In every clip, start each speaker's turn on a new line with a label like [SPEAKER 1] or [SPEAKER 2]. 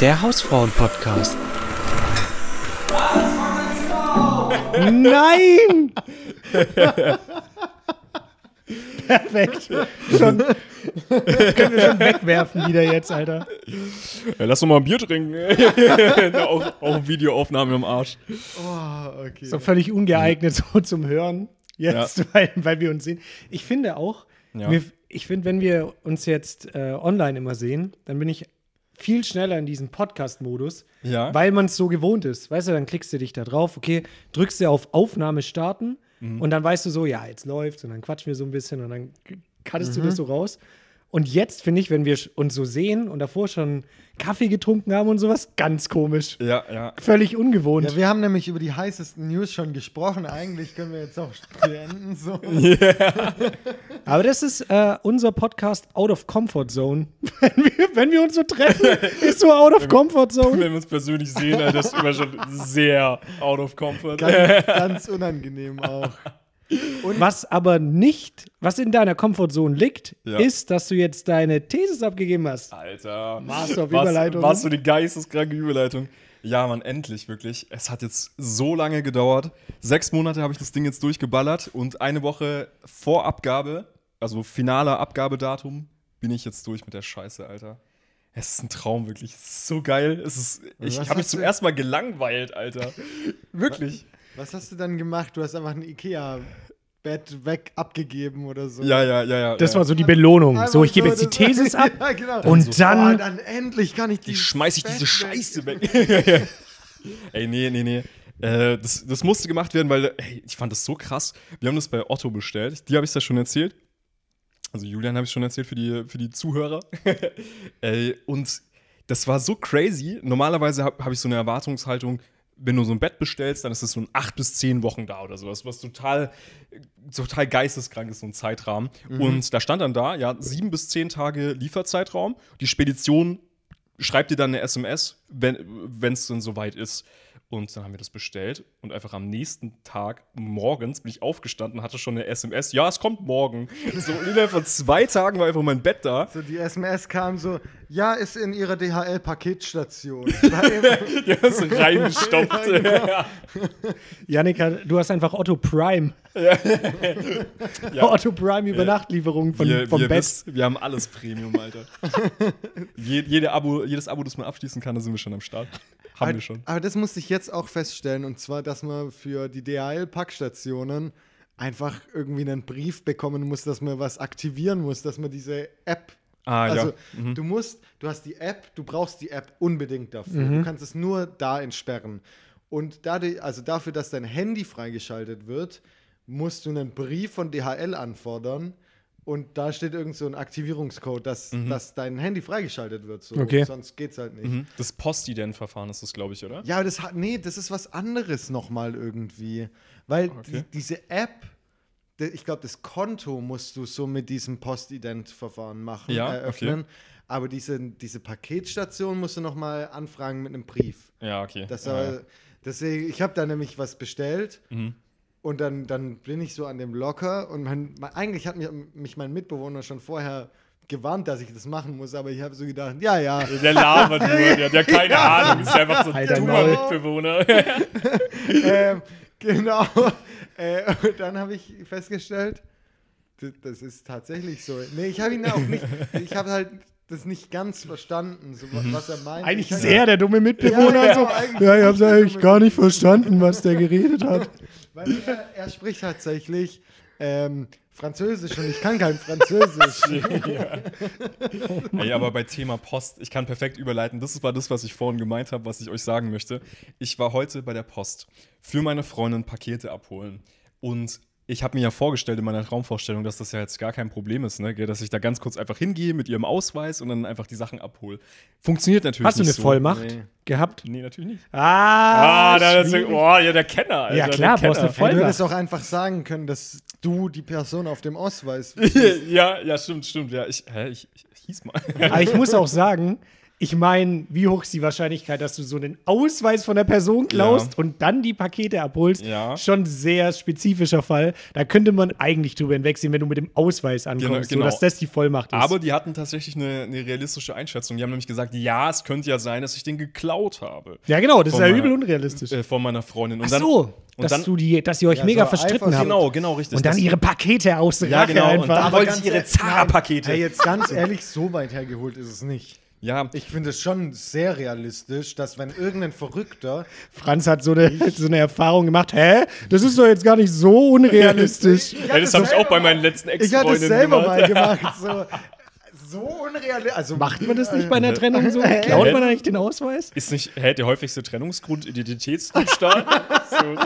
[SPEAKER 1] Der Hausfrauen-Podcast.
[SPEAKER 2] Nein! Perfekt. Schon, können wir schon wegwerfen wieder jetzt, Alter.
[SPEAKER 3] Ja, lass doch mal ein Bier trinken. Ja, auch, auch Videoaufnahmen im Arsch.
[SPEAKER 2] So völlig ungeeignet so zum Hören jetzt,
[SPEAKER 3] Ja.
[SPEAKER 2] weil, weil wir uns sehen. Ich finde auch,
[SPEAKER 3] Ja.
[SPEAKER 2] wir, ich finde, wenn wir uns jetzt äh, online immer sehen, dann bin ich viel schneller in diesem Podcast-Modus,
[SPEAKER 3] Ja.
[SPEAKER 2] weil man es so gewohnt ist. Weißt du, dann klickst du dich da drauf, okay, drückst du auf Aufnahme starten
[SPEAKER 3] Mhm.
[SPEAKER 2] und dann weißt du so, ja, jetzt läuft's und dann quatschen wir so ein bisschen und dann cuttest
[SPEAKER 3] Mhm.
[SPEAKER 2] du das so raus. Und jetzt finde ich, wenn wir sch- uns so sehen und davor schon Kaffee getrunken haben und sowas, ganz komisch.
[SPEAKER 3] Ja, ja.
[SPEAKER 2] Völlig ungewohnt.
[SPEAKER 4] Ja, wir haben nämlich über die heißesten News schon gesprochen. Eigentlich können wir jetzt auch beenden. So.
[SPEAKER 2] Aber das ist äh, unser Podcast Out of Comfort Zone. Wenn wir, wenn wir uns so treffen, ist so Out of Comfort
[SPEAKER 3] Wenn
[SPEAKER 2] Zone.
[SPEAKER 3] wir uns persönlich sehen, Alter, das ist immer schon sehr out of comfort.
[SPEAKER 4] Ganz, ganz unangenehm auch.
[SPEAKER 2] Was aber nicht, was in deiner Comfort Zone liegt,
[SPEAKER 3] Ja.
[SPEAKER 2] ist, dass du jetzt deine Thesis abgegeben hast.
[SPEAKER 3] Alter.
[SPEAKER 2] Master of
[SPEAKER 3] Was-
[SPEAKER 2] Überleitung. ne?
[SPEAKER 3] Was für eine geisteskranke Überleitung. Ja, Mann, endlich, wirklich. Es hat jetzt so lange gedauert. Sechs Monate habe ich das Ding jetzt durchgeballert und eine Woche vor Abgabe, also finaler Abgabedatum, bin ich jetzt durch mit der Scheiße, Alter. Es ist ein Traum, wirklich. Es ist so geil. Es ist, ich
[SPEAKER 4] Was
[SPEAKER 3] habe mich
[SPEAKER 4] hast
[SPEAKER 3] zum
[SPEAKER 4] du-
[SPEAKER 3] ersten Mal gelangweilt, Alter. Wirklich.
[SPEAKER 4] Was hast du dann gemacht? Du hast einfach ein Ikea-Bett weg abgegeben oder so.
[SPEAKER 3] Ja, ja, ja, ja.
[SPEAKER 2] Das
[SPEAKER 3] ja.
[SPEAKER 2] war so die Belohnung.
[SPEAKER 4] Einfach
[SPEAKER 2] So, ich gebe jetzt die
[SPEAKER 4] das-
[SPEAKER 2] Thesis ab
[SPEAKER 4] ja, genau.
[SPEAKER 2] und
[SPEAKER 4] Boah,
[SPEAKER 2] dann.
[SPEAKER 4] dann endlich kann ich die.
[SPEAKER 3] Ich schmeiß ich diese
[SPEAKER 4] Bett weg.
[SPEAKER 3] Scheiße weg. Ja, ja. ey, nee, nee, nee. Äh, das, das musste gemacht werden, weil ey, ich fand das so krass. Wir haben das bei Otto bestellt. Die habe ich ja schon erzählt. Also Julian habe ich schon erzählt für die, für die Zuhörer. ey, und das war so crazy. Normalerweise habe hab ich so eine Erwartungshaltung, wenn du so ein Bett bestellst, dann ist es so in acht bis zehn Wochen da oder sowas, was total, total geisteskrank ist, so ein Zeitrahmen. Und da stand dann da, ja, sieben bis zehn Tage Lieferzeitraum. Die Spedition schreibt dir dann eine SMS, wenn es dann soweit ist. Und dann haben wir das bestellt und einfach am nächsten Tag morgens bin ich aufgestanden, hatte schon eine SMS, ja, es kommt morgen. So innerhalb von zwei Tagen war einfach mein Bett da.
[SPEAKER 4] So, die SMS kam so: Ja, ist in ihrer DHL-Paketstation.
[SPEAKER 3] Ja, es reingestopft.
[SPEAKER 2] Janika, du hast einfach Otto Prime.
[SPEAKER 3] Ja.
[SPEAKER 2] Otto Prime über
[SPEAKER 3] Ja.
[SPEAKER 2] Nachtlieferung von,
[SPEAKER 3] wir,
[SPEAKER 2] vom
[SPEAKER 3] wir,
[SPEAKER 2] Bett.
[SPEAKER 3] wisst, wir haben alles Premium, Alter. Je, jede Abo, jedes Abo, das man abschließen kann, da sind wir schon am Start. Haben wir schon.
[SPEAKER 4] Halt, Aber das musste ich jetzt auch feststellen, und zwar, dass man für die DHL-Packstationen einfach irgendwie einen Brief bekommen muss, dass man was aktivieren muss, dass man diese App.
[SPEAKER 3] Ah, ja.
[SPEAKER 4] also du musst, du hast die App, du brauchst die App unbedingt dafür. Du kannst es nur da entsperren. Und dadurch, also dafür, dass dein Handy freigeschaltet wird, musst du einen Brief von DHL anfordern. Und da steht irgend so ein Aktivierungscode, dass, dass dein Handy freigeschaltet wird. So.
[SPEAKER 2] Okay.
[SPEAKER 4] Sonst geht's halt nicht.
[SPEAKER 3] Mhm. Das Postident-Verfahren ist das, glaube ich, oder?
[SPEAKER 4] Ja, das hat, nee, das ist was anderes nochmal irgendwie. Weil
[SPEAKER 3] Ah,
[SPEAKER 4] die, diese App, de- ich glaube, das Konto musst du so mit diesem Postident-Verfahren machen,
[SPEAKER 3] Ja,
[SPEAKER 4] eröffnen. Aber diese, diese Paketstation musst du nochmal anfragen mit einem Brief.
[SPEAKER 3] Ja, okay.
[SPEAKER 4] Das,
[SPEAKER 3] Ah, ja. Mhm.
[SPEAKER 4] äh, deswegen, ich habe da nämlich was bestellt und dann, dann bin ich so an dem Locker und mein, mein, eigentlich hat mich, mich mein Mitbewohner schon vorher gewarnt, dass ich das machen muss, aber ich habe so gedacht, ja, ja,
[SPEAKER 3] Der labert nur, der hat ja keine Ahnung, ist einfach so ein
[SPEAKER 2] Alter,
[SPEAKER 3] dummer
[SPEAKER 2] Maul.
[SPEAKER 3] Mitbewohner.
[SPEAKER 4] ähm, genau. Äh, und dann habe ich festgestellt, d- das ist tatsächlich so. Nee, ich habe ihn auch nicht, ich habe halt das nicht ganz verstanden, so, wa- was er meint.
[SPEAKER 2] Eigentlich
[SPEAKER 4] Ich-
[SPEAKER 2] sehr der dumme
[SPEAKER 4] Ja,
[SPEAKER 2] Mitbewohner.
[SPEAKER 4] ja,
[SPEAKER 2] so.
[SPEAKER 4] eigentlich-
[SPEAKER 2] ja ich hab's eigentlich gar nicht verstanden, was der geredet hat.
[SPEAKER 4] Weil er, er spricht tatsächlich ähm, Französisch und ich kann kein Französisch.
[SPEAKER 3] Ey, aber bei Thema Post, ich kann perfekt überleiten. Das war das, was ich vorhin gemeint habe, was ich euch sagen möchte. Ich war heute bei der Post für meine Freundin Pakete abholen. Und ich habe mir ja vorgestellt in meiner Traumvorstellung, dass das ja jetzt gar kein Problem ist, ne? gell, dass ich da ganz kurz einfach hingehe mit ihrem Ausweis und dann einfach die Sachen abhole. Funktioniert natürlich
[SPEAKER 2] Hast du
[SPEAKER 3] nicht
[SPEAKER 2] eine
[SPEAKER 3] so.
[SPEAKER 2] Vollmacht
[SPEAKER 4] Nee.
[SPEAKER 2] gehabt?
[SPEAKER 3] Nee, natürlich nicht.
[SPEAKER 2] Ah,
[SPEAKER 3] Ah, da ist
[SPEAKER 2] schwierig.
[SPEAKER 3] oh, ja, der Kenner, Alter.
[SPEAKER 2] Ja, klar,
[SPEAKER 3] der
[SPEAKER 2] brauchst
[SPEAKER 3] Kenner.
[SPEAKER 2] eine
[SPEAKER 4] Ey,
[SPEAKER 2] Vollmacht.
[SPEAKER 4] du hättest auch einfach sagen können, dass du die Person auf dem Ausweis
[SPEAKER 3] ja, ja, stimmt, stimmt. Ja, ich, hä, ich, ich hieß mal.
[SPEAKER 2] Aber ich muss Ah, auch sagen, Ich meine, wie hoch ist die Wahrscheinlichkeit, dass du so einen Ausweis von der Person klaust
[SPEAKER 3] Ja.
[SPEAKER 2] und dann die Pakete abholst?
[SPEAKER 3] Ja.
[SPEAKER 2] Schon sehr spezifischer Fall. Da könnte man eigentlich drüber hinwegsehen, wenn du mit dem Ausweis
[SPEAKER 3] Genau,
[SPEAKER 2] ankommst,
[SPEAKER 3] genau.
[SPEAKER 2] so dass das die Vollmacht ist.
[SPEAKER 3] Aber die hatten tatsächlich eine, eine realistische Einschätzung. Die haben nämlich gesagt, ja, es könnte ja sein, dass ich den geklaut habe.
[SPEAKER 2] ja, genau, das ist
[SPEAKER 3] Von
[SPEAKER 2] ja
[SPEAKER 3] meiner-
[SPEAKER 2] übel unrealistisch.
[SPEAKER 3] Äh, von meiner Freundin. Und
[SPEAKER 2] Ach
[SPEAKER 3] dann-
[SPEAKER 2] so,
[SPEAKER 3] und
[SPEAKER 2] dass,
[SPEAKER 3] dann,
[SPEAKER 2] du die, dass ihr euch
[SPEAKER 4] Ja,
[SPEAKER 2] mega
[SPEAKER 4] so
[SPEAKER 2] verstritten
[SPEAKER 4] Eifer-
[SPEAKER 2] habt.
[SPEAKER 3] Genau, genau, richtig.
[SPEAKER 2] und dann
[SPEAKER 3] Das-
[SPEAKER 2] ihre Pakete aus der
[SPEAKER 3] ja,
[SPEAKER 2] Rache
[SPEAKER 3] genau. Und
[SPEAKER 2] einfach.
[SPEAKER 3] da wollte ich
[SPEAKER 4] ganz
[SPEAKER 3] ihre
[SPEAKER 4] ehrlich,
[SPEAKER 3] Zara-Pakete.
[SPEAKER 4] Ey, jetzt ganz ehrlich, so weit hergeholt ist es nicht.
[SPEAKER 3] ja,
[SPEAKER 4] Ich finde es schon sehr realistisch, dass wenn irgendein Verrückter
[SPEAKER 2] Franz hat so eine, so eine Erfahrung gemacht. Hä? Das ist doch jetzt gar nicht so unrealistisch.
[SPEAKER 3] Ey, das habe ich auch bei meinen letzten
[SPEAKER 4] Ich hatte es
[SPEAKER 3] Ex-Freundinnen
[SPEAKER 4] selber
[SPEAKER 3] gemacht.
[SPEAKER 4] mal gemacht. So, so unrealistisch. Also,
[SPEAKER 2] Macht man das nicht bei einer Trennung so? Klaut man eigentlich den Ausweis?
[SPEAKER 3] Ist nicht, hä, der häufigste Trennungsgrund Identitätsdiebstahl? so,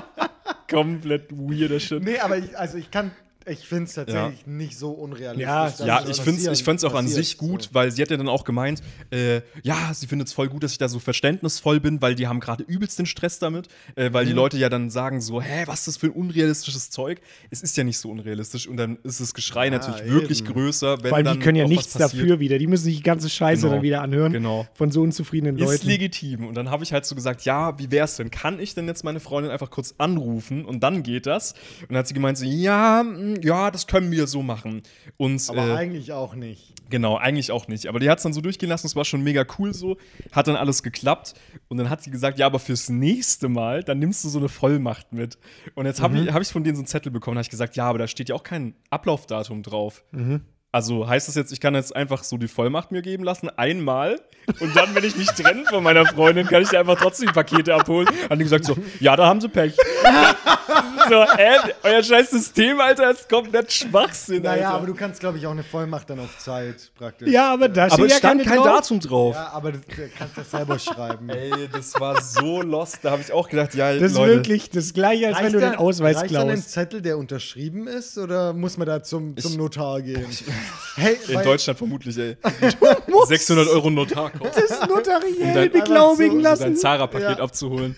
[SPEAKER 3] komplett weirder Shit.
[SPEAKER 4] Nee, aber ich, also ich kann, ich finde es tatsächlich nicht so unrealistisch.
[SPEAKER 2] Ja,
[SPEAKER 4] dass
[SPEAKER 3] Ja,
[SPEAKER 4] es
[SPEAKER 3] ich find's, ich
[SPEAKER 4] passieren-
[SPEAKER 3] find's auch an
[SPEAKER 4] passiert.
[SPEAKER 3] sich gut, weil sie hat ja dann auch gemeint, äh, ja, sie findet es voll gut, dass ich da so verständnisvoll bin, weil die haben gerade übelst den Stress damit, äh,
[SPEAKER 4] Mhm.
[SPEAKER 3] weil die Leute ja dann sagen so, hä, was ist das für ein unrealistisches Zeug? Es ist ja nicht so unrealistisch und dann ist das Geschrei natürlich wirklich
[SPEAKER 4] eben.
[SPEAKER 3] größer, wenn
[SPEAKER 2] Vor allem,
[SPEAKER 3] dann
[SPEAKER 2] die können ja
[SPEAKER 3] auch was
[SPEAKER 2] nichts
[SPEAKER 3] passiert.
[SPEAKER 2] dafür wieder. Die müssen sich die ganze Scheiße
[SPEAKER 3] Genau,
[SPEAKER 2] dann wieder anhören
[SPEAKER 3] genau.
[SPEAKER 2] von so unzufriedenen
[SPEAKER 3] Ist
[SPEAKER 2] Leuten.
[SPEAKER 3] legitim. Und dann habe ich halt so gesagt, ja, wie wär's denn? Kann ich denn jetzt meine Freundin einfach kurz anrufen und dann geht das? Und dann hat sie gemeint, so, ja, mm, ja, das können wir so machen. Und
[SPEAKER 4] Aber
[SPEAKER 3] äh,
[SPEAKER 4] eigentlich auch nicht.
[SPEAKER 3] genau, eigentlich auch nicht. Aber die hat es dann so durchgehen lassen, es war schon mega cool so, hat dann alles geklappt. Und dann hat sie gesagt, ja, aber fürs nächste Mal, dann nimmst du so eine Vollmacht mit. Und jetzt
[SPEAKER 4] Mhm.
[SPEAKER 3] habe ich, hab ich von denen so einen Zettel bekommen, da habe ich gesagt, ja, aber da steht ja auch kein Ablaufdatum drauf.
[SPEAKER 4] Mhm.
[SPEAKER 3] Also heißt das jetzt, ich kann jetzt einfach so die Vollmacht mir geben lassen, einmal und dann, wenn ich mich trenne von meiner Freundin, kann ich dir einfach trotzdem die Pakete abholen. Hat die gesagt so, ja, da haben sie Pech. so, äh, euer scheiß System, Alter, ist komplett Schwachsinn,
[SPEAKER 4] Naja,
[SPEAKER 3] Alter.
[SPEAKER 4] aber du kannst, glaube ich, auch eine Vollmacht dann auf Zeit praktisch.
[SPEAKER 2] Ja, aber da
[SPEAKER 3] aber
[SPEAKER 2] steht
[SPEAKER 3] es
[SPEAKER 2] ja
[SPEAKER 3] stand
[SPEAKER 2] keine
[SPEAKER 3] kein
[SPEAKER 2] drauf.
[SPEAKER 3] Datum drauf.
[SPEAKER 4] Ja, aber du du kannst das selber schreiben.
[SPEAKER 3] Ey, das war so lost. Da habe ich auch gedacht, ja,
[SPEAKER 2] Das ist
[SPEAKER 3] Leute.
[SPEAKER 2] wirklich das Gleiche, als wenn
[SPEAKER 4] Reicht
[SPEAKER 2] du den
[SPEAKER 4] da-
[SPEAKER 2] Ausweis
[SPEAKER 4] reicht dann ein
[SPEAKER 2] klaust.
[SPEAKER 4] Zettel, der unterschrieben ist, oder muss man da zum, zum Notar gehen? hey,
[SPEAKER 3] in
[SPEAKER 4] weil-
[SPEAKER 3] Deutschland vermutlich, ey. 600 Euro Notar kaufen,
[SPEAKER 2] Das ist notariell
[SPEAKER 3] einfach
[SPEAKER 2] beglaubigen
[SPEAKER 4] so-
[SPEAKER 3] um dein
[SPEAKER 2] lassen.
[SPEAKER 3] Zara-Paket
[SPEAKER 4] Ja.
[SPEAKER 3] abzuholen.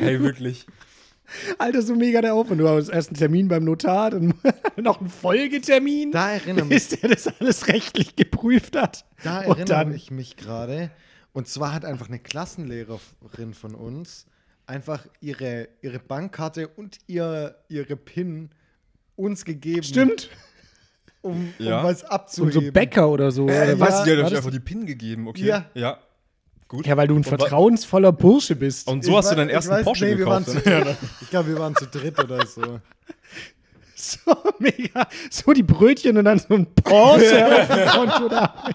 [SPEAKER 3] Ey, wirklich.
[SPEAKER 2] Alter, so mega der Aufwand. Du hast erst einen Termin beim Notar, dann noch einen Folgetermin.
[SPEAKER 4] Da erinnere mich
[SPEAKER 2] bis der das alles rechtlich geprüft hat.
[SPEAKER 4] Da
[SPEAKER 2] und
[SPEAKER 4] erinnere
[SPEAKER 2] dann,
[SPEAKER 4] ich mich gerade. Und zwar hat einfach eine Klassenlehrerin von uns einfach ihre, ihre Bankkarte und ihr, ihre PIN uns gegeben,
[SPEAKER 2] stimmt,
[SPEAKER 4] um, um
[SPEAKER 3] Ja.
[SPEAKER 4] was
[SPEAKER 2] um
[SPEAKER 4] abzuheben.
[SPEAKER 2] so Bäcker oder so. oder
[SPEAKER 4] ja.
[SPEAKER 2] was?
[SPEAKER 3] Was? Die hat
[SPEAKER 4] war
[SPEAKER 3] euch
[SPEAKER 4] das-
[SPEAKER 3] einfach die PIN gegeben, okay?
[SPEAKER 4] Ja.
[SPEAKER 3] Ja. Gut.
[SPEAKER 2] Ja, weil du ein
[SPEAKER 3] wa-
[SPEAKER 2] vertrauensvoller Bursche bist.
[SPEAKER 3] Und
[SPEAKER 4] Ich
[SPEAKER 3] so hast du
[SPEAKER 4] wei-
[SPEAKER 3] deinen
[SPEAKER 4] ich
[SPEAKER 3] ersten
[SPEAKER 4] weiß-
[SPEAKER 3] Porsche
[SPEAKER 4] nee, wir waren
[SPEAKER 3] gekauft.
[SPEAKER 4] zu
[SPEAKER 3] oder?
[SPEAKER 4] dritt. Ich glaube, wir waren zu dritt oder so.
[SPEAKER 2] so mega. So die Brötchen und dann so ein Porsche auf dem Konto da.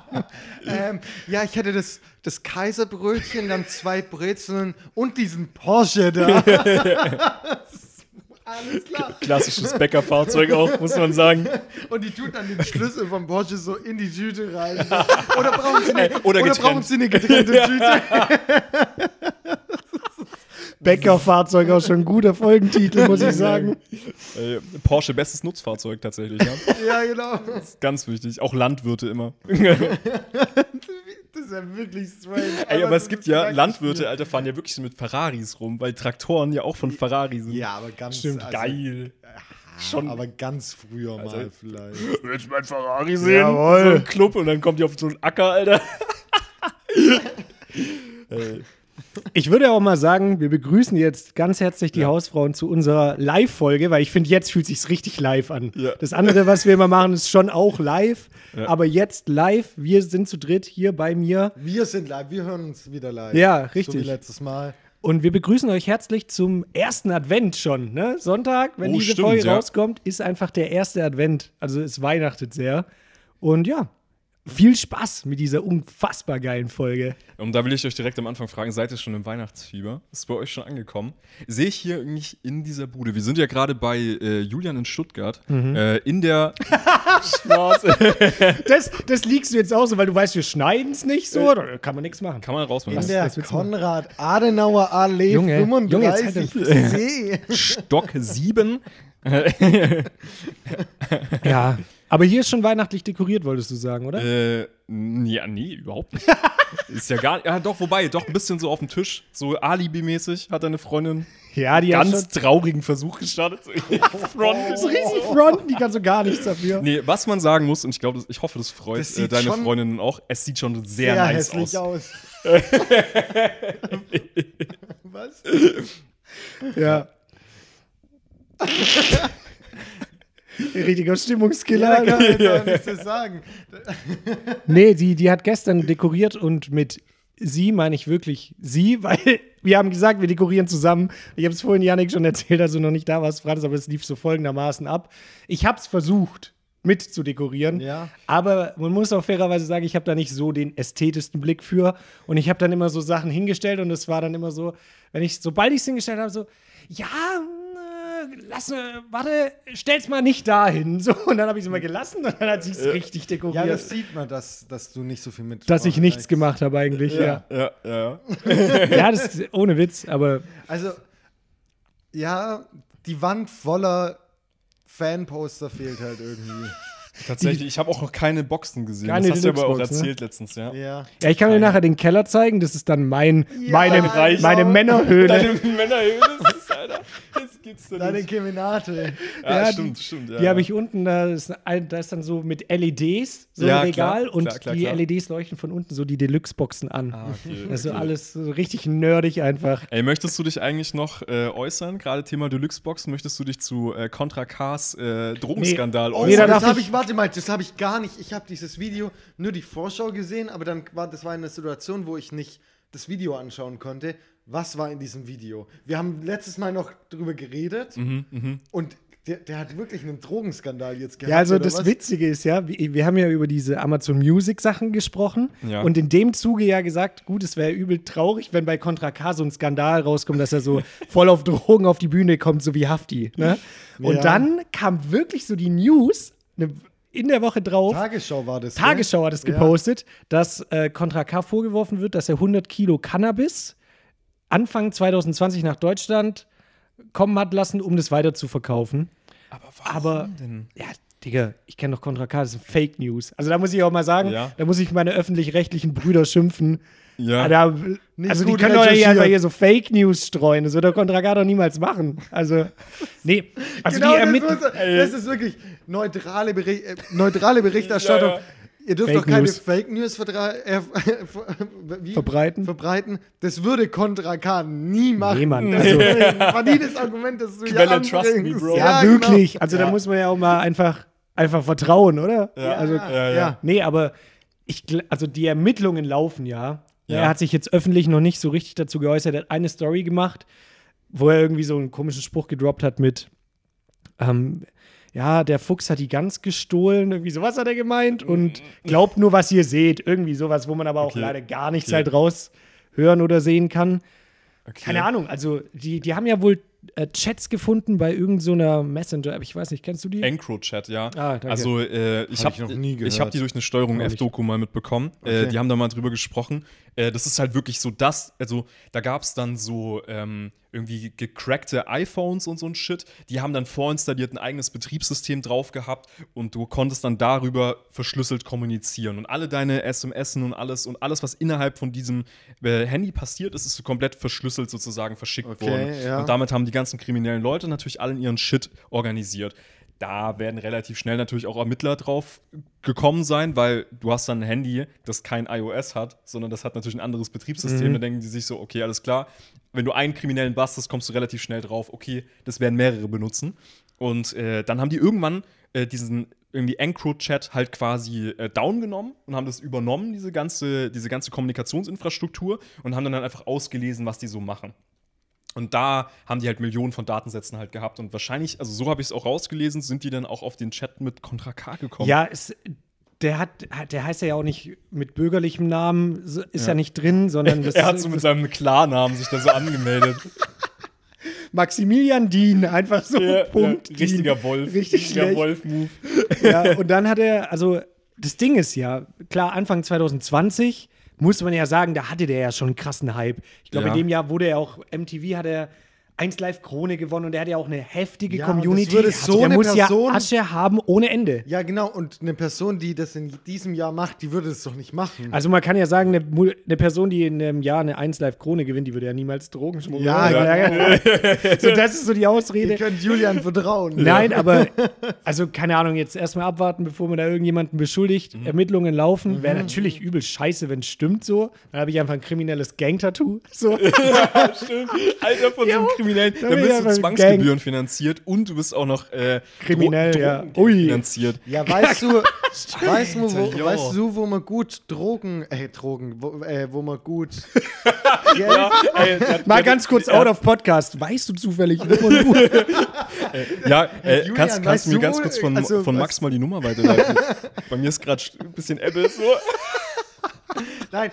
[SPEAKER 4] ähm, ja, ich hätte das, das Kaiserbrötchen, dann zwei Brezeln und diesen Porsche da. Alles klar.
[SPEAKER 3] Klassisches Bäckerfahrzeug auch, muss man sagen.
[SPEAKER 4] Und die tut dann den Schlüssel vom Porsche so in die Tüte rein. Oder brauchen sie
[SPEAKER 3] Ey,
[SPEAKER 4] eine,
[SPEAKER 3] oder
[SPEAKER 4] oder
[SPEAKER 3] getrennt.
[SPEAKER 4] brauchen sie eine getrennte Tüte?
[SPEAKER 2] Bäckerfahrzeug auch schon ein guter Folgentitel, muss ich sagen.
[SPEAKER 3] Ey, Porsche, bestes Nutzfahrzeug tatsächlich, ja.
[SPEAKER 4] Ja, genau.
[SPEAKER 3] Ist ganz wichtig. Auch Landwirte immer.
[SPEAKER 4] Das ist ja wirklich strange.
[SPEAKER 3] Ey, aber es
[SPEAKER 4] das
[SPEAKER 3] gibt
[SPEAKER 4] ist
[SPEAKER 3] ja
[SPEAKER 4] praktisch
[SPEAKER 3] Landwirte, Alter, fahren ja wirklich so mit Ferraris rum, weil Traktoren ja auch von Ferrari sind.
[SPEAKER 4] viel. Ja, aber ganz
[SPEAKER 2] Stimmt,
[SPEAKER 4] also,
[SPEAKER 3] Geil. Schon.
[SPEAKER 4] Aber ganz früher mal
[SPEAKER 3] Also-
[SPEAKER 4] vielleicht.
[SPEAKER 3] Willst du mein Ferrari sehen?
[SPEAKER 2] Jawohl.
[SPEAKER 3] So ein Club und dann kommt die auf so einen Acker, Alter.
[SPEAKER 2] Ich würde auch mal sagen, wir begrüßen jetzt ganz herzlich die Hausfrauen zu unserer Live-Folge, weil ich finde, jetzt fühlt sich's richtig live an.
[SPEAKER 3] Ja.
[SPEAKER 2] Das andere, was wir immer machen, ist schon auch live,
[SPEAKER 3] Ja.
[SPEAKER 2] aber jetzt live. Wir sind zu dritt hier bei mir.
[SPEAKER 4] Wir sind live, wir hören uns wieder live.
[SPEAKER 2] Ja,
[SPEAKER 4] So
[SPEAKER 2] richtig.
[SPEAKER 4] wie letztes Mal.
[SPEAKER 2] Und wir begrüßen euch herzlich zum ersten Advent schon. Ne? Sonntag, wenn
[SPEAKER 3] Oh,
[SPEAKER 2] diese
[SPEAKER 3] stimmt,
[SPEAKER 2] Folge
[SPEAKER 3] ja.
[SPEAKER 2] rauskommt, ist einfach der erste Advent. Also es weihnachtet sehr. Und ja, viel Spaß mit dieser unfassbar geilen Folge.
[SPEAKER 3] Und da will ich euch direkt am Anfang fragen, seid ihr schon im Weihnachtsfieber? Ist bei euch schon angekommen? Sehe ich hier nicht in dieser Bude. Wir sind ja gerade bei äh, Julian in Stuttgart. Äh, in der Spaß.
[SPEAKER 2] Das, das liegst du jetzt auch so, weil du weißt, wir schneiden es nicht so. Da kann man nichts machen.
[SPEAKER 3] Äh, Kann man rausmachen.
[SPEAKER 4] In
[SPEAKER 3] Das
[SPEAKER 4] der
[SPEAKER 2] was willst du machen?
[SPEAKER 4] Konrad-Adenauer-Allee
[SPEAKER 2] Junge,
[SPEAKER 4] 35
[SPEAKER 2] Junge, jetzt halt
[SPEAKER 4] C.
[SPEAKER 3] ist Stock Äh, 7.
[SPEAKER 2] Ja. Aber hier ist schon weihnachtlich dekoriert, wolltest du sagen, oder?
[SPEAKER 3] Äh, n- ja, nee, überhaupt nicht. ist ja gar nicht. Ja, doch, wobei, doch ein bisschen so auf dem Tisch. So Alibi-mäßig hat deine Freundin
[SPEAKER 2] Ja, die hat
[SPEAKER 3] ganz
[SPEAKER 2] schon
[SPEAKER 3] traurigen Versuch gestartet. So, Front ist
[SPEAKER 2] richtig fronten, die kann so gar nichts dafür.
[SPEAKER 3] Nee, was man sagen muss, und ich glaube, das- ich hoffe, das freut
[SPEAKER 4] Das
[SPEAKER 3] äh,
[SPEAKER 4] sieht
[SPEAKER 3] deine
[SPEAKER 4] schon
[SPEAKER 3] Freundinnen auch, es sieht schon sehr,
[SPEAKER 4] Sehr
[SPEAKER 3] nice aus.
[SPEAKER 4] hässlich aus. Was?
[SPEAKER 2] Ja. Richtiger
[SPEAKER 4] Ja,
[SPEAKER 2] Stimmungskiller. ne?
[SPEAKER 4] da kann
[SPEAKER 3] genau.
[SPEAKER 4] man jetzt auch nichts zu sagen.
[SPEAKER 2] Nee, die, die hat gestern dekoriert und mit sie meine ich wirklich sie, weil wir haben gesagt, wir dekorieren zusammen. Ich habe es vorhin Janik schon erzählt, also noch nicht da warst, Franz, aber es lief so folgendermaßen ab. Ich habe es versucht mit zu dekorieren,
[SPEAKER 4] Ja.
[SPEAKER 2] aber man muss auch fairerweise sagen, ich habe da nicht so den ästhetischsten Blick für und ich habe dann immer so Sachen hingestellt und es war dann immer so, wenn ich sobald ich es hingestellt habe, so ja, äh, lass, äh, warte, stell's mal nicht dahin, so und dann habe ich es immer gelassen und dann hat sie es richtig dekoriert
[SPEAKER 4] Äh, Ja, das sieht man, dass, dass du nicht so viel mit. Oh,
[SPEAKER 2] dass ich nichts
[SPEAKER 4] Frauen-
[SPEAKER 2] gemacht habe eigentlich. Ja,
[SPEAKER 3] Oh, Ja, ja, ja.
[SPEAKER 2] ja. das ist ohne Witz, aber
[SPEAKER 4] Also, ja, die Wand voller Fanposter fehlt halt irgendwie.
[SPEAKER 3] Tatsächlich, ich habe auch noch keine Boxen gesehen.
[SPEAKER 2] Keine
[SPEAKER 3] das hast du aber auch
[SPEAKER 2] Deluxe-Box, ne?
[SPEAKER 3] erzählt letztens, ja.
[SPEAKER 4] Ja.
[SPEAKER 2] ja, ich kann dir nachher den Keller zeigen. Das ist dann mein, meine,
[SPEAKER 4] Reich.
[SPEAKER 2] meine Männerhöhle.
[SPEAKER 3] Deine Männerhöhle, das ist, Alter, das gibt's doch
[SPEAKER 4] Deine
[SPEAKER 3] nicht.
[SPEAKER 4] Keminate.
[SPEAKER 3] Ja,
[SPEAKER 2] Ja,
[SPEAKER 3] stimmt, stimmt. Ja,
[SPEAKER 2] Die habe
[SPEAKER 3] ja.
[SPEAKER 2] ich unten, da ist, ein, da ist dann so mit LEDs, so
[SPEAKER 3] Ja,
[SPEAKER 2] ein Regal
[SPEAKER 3] klar,
[SPEAKER 2] und
[SPEAKER 3] klar, klar,
[SPEAKER 2] die
[SPEAKER 3] klar.
[SPEAKER 2] LEDs leuchten von unten so die Deluxe-Boxen an.
[SPEAKER 3] Ah, okay,
[SPEAKER 2] also
[SPEAKER 3] okay.
[SPEAKER 2] alles so richtig nerdig einfach.
[SPEAKER 3] Ey, möchtest du dich eigentlich noch äh, äußern? Gerade Thema Deluxe-Boxen, möchtest du dich zu äh, Contra Cars äh, Drogenskandal
[SPEAKER 4] Oh,
[SPEAKER 2] Nee, da
[SPEAKER 3] äußern?
[SPEAKER 4] das
[SPEAKER 2] darf
[SPEAKER 4] habe
[SPEAKER 2] ich-
[SPEAKER 4] ich, warte mal, das habe ich gar nicht. Ich habe dieses Video nur die Vorschau gesehen, aber dann war das war eine Situation, wo ich nicht das Video anschauen konnte. Was war in diesem Video? Wir haben letztes Mal noch drüber geredet
[SPEAKER 2] Mhm,
[SPEAKER 4] und der, der hat wirklich einen Drogenskandal jetzt gehabt.
[SPEAKER 2] Ja, also
[SPEAKER 4] oder
[SPEAKER 2] das
[SPEAKER 4] was?
[SPEAKER 2] Witzige ist ja, wir, wir haben ja über diese Amazon Music Sachen gesprochen
[SPEAKER 3] Ja.
[SPEAKER 2] und in dem Zuge ja gesagt, gut, es wäre übel traurig, wenn bei Contra K so ein Skandal rauskommt, dass er so voll auf Drogen auf die Bühne kommt, so wie Hafti. Ne? Und
[SPEAKER 4] Ja.
[SPEAKER 2] dann kam wirklich so die News ne, in der Woche drauf.
[SPEAKER 4] Tagesschau war das. gell?
[SPEAKER 2] Tagesschau hat es
[SPEAKER 4] Ja.
[SPEAKER 2] gepostet, dass äh, Contra K vorgeworfen wird, dass er 100 Kilo Cannabis Anfang 2020 nach Deutschland kommen hat lassen, um das weiter zu verkaufen.
[SPEAKER 3] Aber,
[SPEAKER 2] Aber, ja, Digga, ich kenne doch Contra K, das sind Fake News. Also da muss ich auch mal sagen,
[SPEAKER 3] Ja.
[SPEAKER 2] da muss ich meine öffentlich-rechtlichen Brüder schimpfen.
[SPEAKER 3] Ja.
[SPEAKER 2] Da,
[SPEAKER 4] Nicht
[SPEAKER 2] also die
[SPEAKER 4] gut
[SPEAKER 2] können doch nicht
[SPEAKER 4] recherchiert.
[SPEAKER 2] einfach hier so Fake News streuen. Das wird doch Contra K doch niemals machen. Also, nee. Also
[SPEAKER 4] genau,
[SPEAKER 2] die
[SPEAKER 4] das,
[SPEAKER 2] ermitteln.
[SPEAKER 4] muss, das ist wirklich neutrale, Beri äh, neutrale Berichterstattung.
[SPEAKER 3] Ja, ja.
[SPEAKER 4] Ihr dürft
[SPEAKER 2] Fake
[SPEAKER 4] doch keine
[SPEAKER 2] News.
[SPEAKER 4] Fake News verdra- äh, wie?
[SPEAKER 2] Verbreiten.
[SPEAKER 4] verbreiten. Das würde Contra K nie machen.
[SPEAKER 2] Niemand,
[SPEAKER 4] Das
[SPEAKER 2] also-
[SPEAKER 4] ist ein valides Argument, das du hier
[SPEAKER 3] Quelle trust me,
[SPEAKER 4] anbringst.
[SPEAKER 3] bro.
[SPEAKER 2] Ja,
[SPEAKER 4] genau.
[SPEAKER 2] wirklich. Also
[SPEAKER 3] Ja.
[SPEAKER 2] da muss man ja auch mal einfach, einfach vertrauen, oder?
[SPEAKER 3] Ja.
[SPEAKER 2] Also,
[SPEAKER 4] Ja,
[SPEAKER 3] Ja,
[SPEAKER 4] ja.
[SPEAKER 3] ja.
[SPEAKER 2] Nee, aber ich, gl- also die Ermittlungen laufen ja.
[SPEAKER 3] Ja.
[SPEAKER 2] Er hat sich jetzt öffentlich noch nicht so richtig dazu geäußert. Er hat eine Story gemacht, wo er irgendwie so einen komischen Spruch gedroppt hat mit, ähm, ja, der Fuchs hat die Gans gestohlen, irgendwie sowas hat er gemeint und glaubt nur, was ihr seht, irgendwie sowas, wo man aber auch
[SPEAKER 3] Okay.
[SPEAKER 2] leider gar nichts
[SPEAKER 3] Okay.
[SPEAKER 2] halt raushören oder sehen kann.
[SPEAKER 3] Okay.
[SPEAKER 2] Keine Ahnung, also die, die haben ja wohl äh, Chats gefunden bei irgendeiner so einer Messenger-App, ich weiß nicht, kennst du die?
[SPEAKER 3] Encrochat, ja.
[SPEAKER 2] danke.
[SPEAKER 3] Also äh, ich
[SPEAKER 4] Hab
[SPEAKER 3] habe
[SPEAKER 4] ich noch nie
[SPEAKER 3] ich hab die durch eine Steuerung
[SPEAKER 2] Auch nicht.
[SPEAKER 3] F-Doku mal mitbekommen. Äh,
[SPEAKER 4] Okay.
[SPEAKER 3] die haben da mal drüber gesprochen. Äh, das ist halt wirklich so das, also da gab es dann so ähm, irgendwie gecrackte iPhones und so ein Shit. Die haben dann vorinstalliert ein eigenes Betriebssystem drauf gehabt und du konntest dann darüber verschlüsselt kommunizieren. Und alle deine SMS und alles und alles, was innerhalb von diesem äh, Handy passiert ist, ist komplett verschlüsselt sozusagen verschickt
[SPEAKER 4] Okay,
[SPEAKER 3] worden.
[SPEAKER 4] ja.
[SPEAKER 3] Und da damit haben die ganzen kriminellen Leute natürlich allen ihren Shit organisiert. Da werden relativ schnell natürlich auch Ermittler drauf gekommen sein, weil du hast dann ein Handy, das kein iOS hat, sondern das hat natürlich ein anderes
[SPEAKER 4] Mhm.
[SPEAKER 3] Betriebssystem. Da denken die sich so, okay, alles klar. Wenn du einen kriminellen bastest, kommst du relativ schnell drauf, okay, das werden mehrere benutzen. Und äh, dann haben die irgendwann äh, diesen irgendwie Encro-Chat halt quasi äh, down genommen und haben das übernommen, diese ganze, diese ganze Kommunikationsinfrastruktur, und haben dann halt einfach ausgelesen, was die so machen. Und da haben die halt Millionen von Datensätzen halt gehabt. Und wahrscheinlich, also so habe ich es auch rausgelesen, sind die dann auch auf den Chat mit Contra K gekommen.
[SPEAKER 2] Ja, es, der, hat, hat- der heißt ja auch nicht mit bürgerlichem Namen, so- ist ja, nicht drin, sondern das
[SPEAKER 3] Er hat so mit seinem Klarnamen sich da so angemeldet.
[SPEAKER 2] Maximilian Dien, einfach so.
[SPEAKER 3] Ja,
[SPEAKER 2] Punkt.
[SPEAKER 3] ja,
[SPEAKER 2] Dien.
[SPEAKER 3] richtiger Wolf.
[SPEAKER 2] Richtig
[SPEAKER 3] richtiger
[SPEAKER 2] schlecht.
[SPEAKER 3] Wolf-Move.
[SPEAKER 2] Ja, und dann hat er, also das Ding ist ja, klar, Anfang 2020 muss man ja sagen, da hatte der ja schon einen krassen Hype. Ich glaube,
[SPEAKER 3] Ja.
[SPEAKER 2] in dem Jahr wurde er auch, MTV hat er 1 Live Krone gewonnen und der hat ja auch eine heftige
[SPEAKER 4] Ja, und das
[SPEAKER 2] Community.
[SPEAKER 4] würde
[SPEAKER 2] Also
[SPEAKER 4] so
[SPEAKER 2] der
[SPEAKER 4] eine
[SPEAKER 2] muss
[SPEAKER 4] Person-
[SPEAKER 2] ja Asche haben ohne Ende.
[SPEAKER 4] Ja, genau. Und eine Person, die das in diesem Jahr macht, die würde das doch nicht machen.
[SPEAKER 2] Also man kann ja sagen, eine, Mu- eine Person, die in einem Jahr eine 1 Live Krone gewinnt, die würde ja niemals Drogen schmuggeln.
[SPEAKER 4] Ja,
[SPEAKER 2] So, das ist so die Ausrede.
[SPEAKER 4] Ihr könnt Julian vertrauen.
[SPEAKER 2] Nein, aber also keine Ahnung, jetzt erstmal abwarten, bevor man da irgendjemanden beschuldigt. Ermittlungen laufen. Wäre natürlich übel scheiße, wenn es stimmt so. Dann habe ich einfach ein kriminelles Gang-Tattoo. So.
[SPEAKER 3] Alter, von so einem
[SPEAKER 2] da bin
[SPEAKER 3] Kriminellen. Da
[SPEAKER 2] ich
[SPEAKER 3] bist du
[SPEAKER 2] aber
[SPEAKER 3] Zwangsgebühren finanziert und du bist auch noch äh,
[SPEAKER 2] Kriminell,
[SPEAKER 3] Dro-
[SPEAKER 2] ja.
[SPEAKER 3] Drogen-
[SPEAKER 2] Ui.
[SPEAKER 3] finanziert.
[SPEAKER 4] Ja, weißt du, weißt, du, wo,
[SPEAKER 3] Alter, yo.
[SPEAKER 4] weißt du, wo man gut Drogen, äh, Drogen, wo, äh, wo man gut Geld,
[SPEAKER 3] Ey, der-
[SPEAKER 2] Mal ganz kurz out of Podcast. Weißt du zufällig, wo man
[SPEAKER 3] Ja, äh,
[SPEAKER 4] Julian,
[SPEAKER 3] kannst, kannst
[SPEAKER 4] weißt
[SPEAKER 3] du mir
[SPEAKER 4] du,
[SPEAKER 3] ganz kurz von,
[SPEAKER 4] also,
[SPEAKER 3] von Max mal die Nummer weiterleiten? Bei mir ist gerade ein bisschen Ebbe so.
[SPEAKER 4] nein,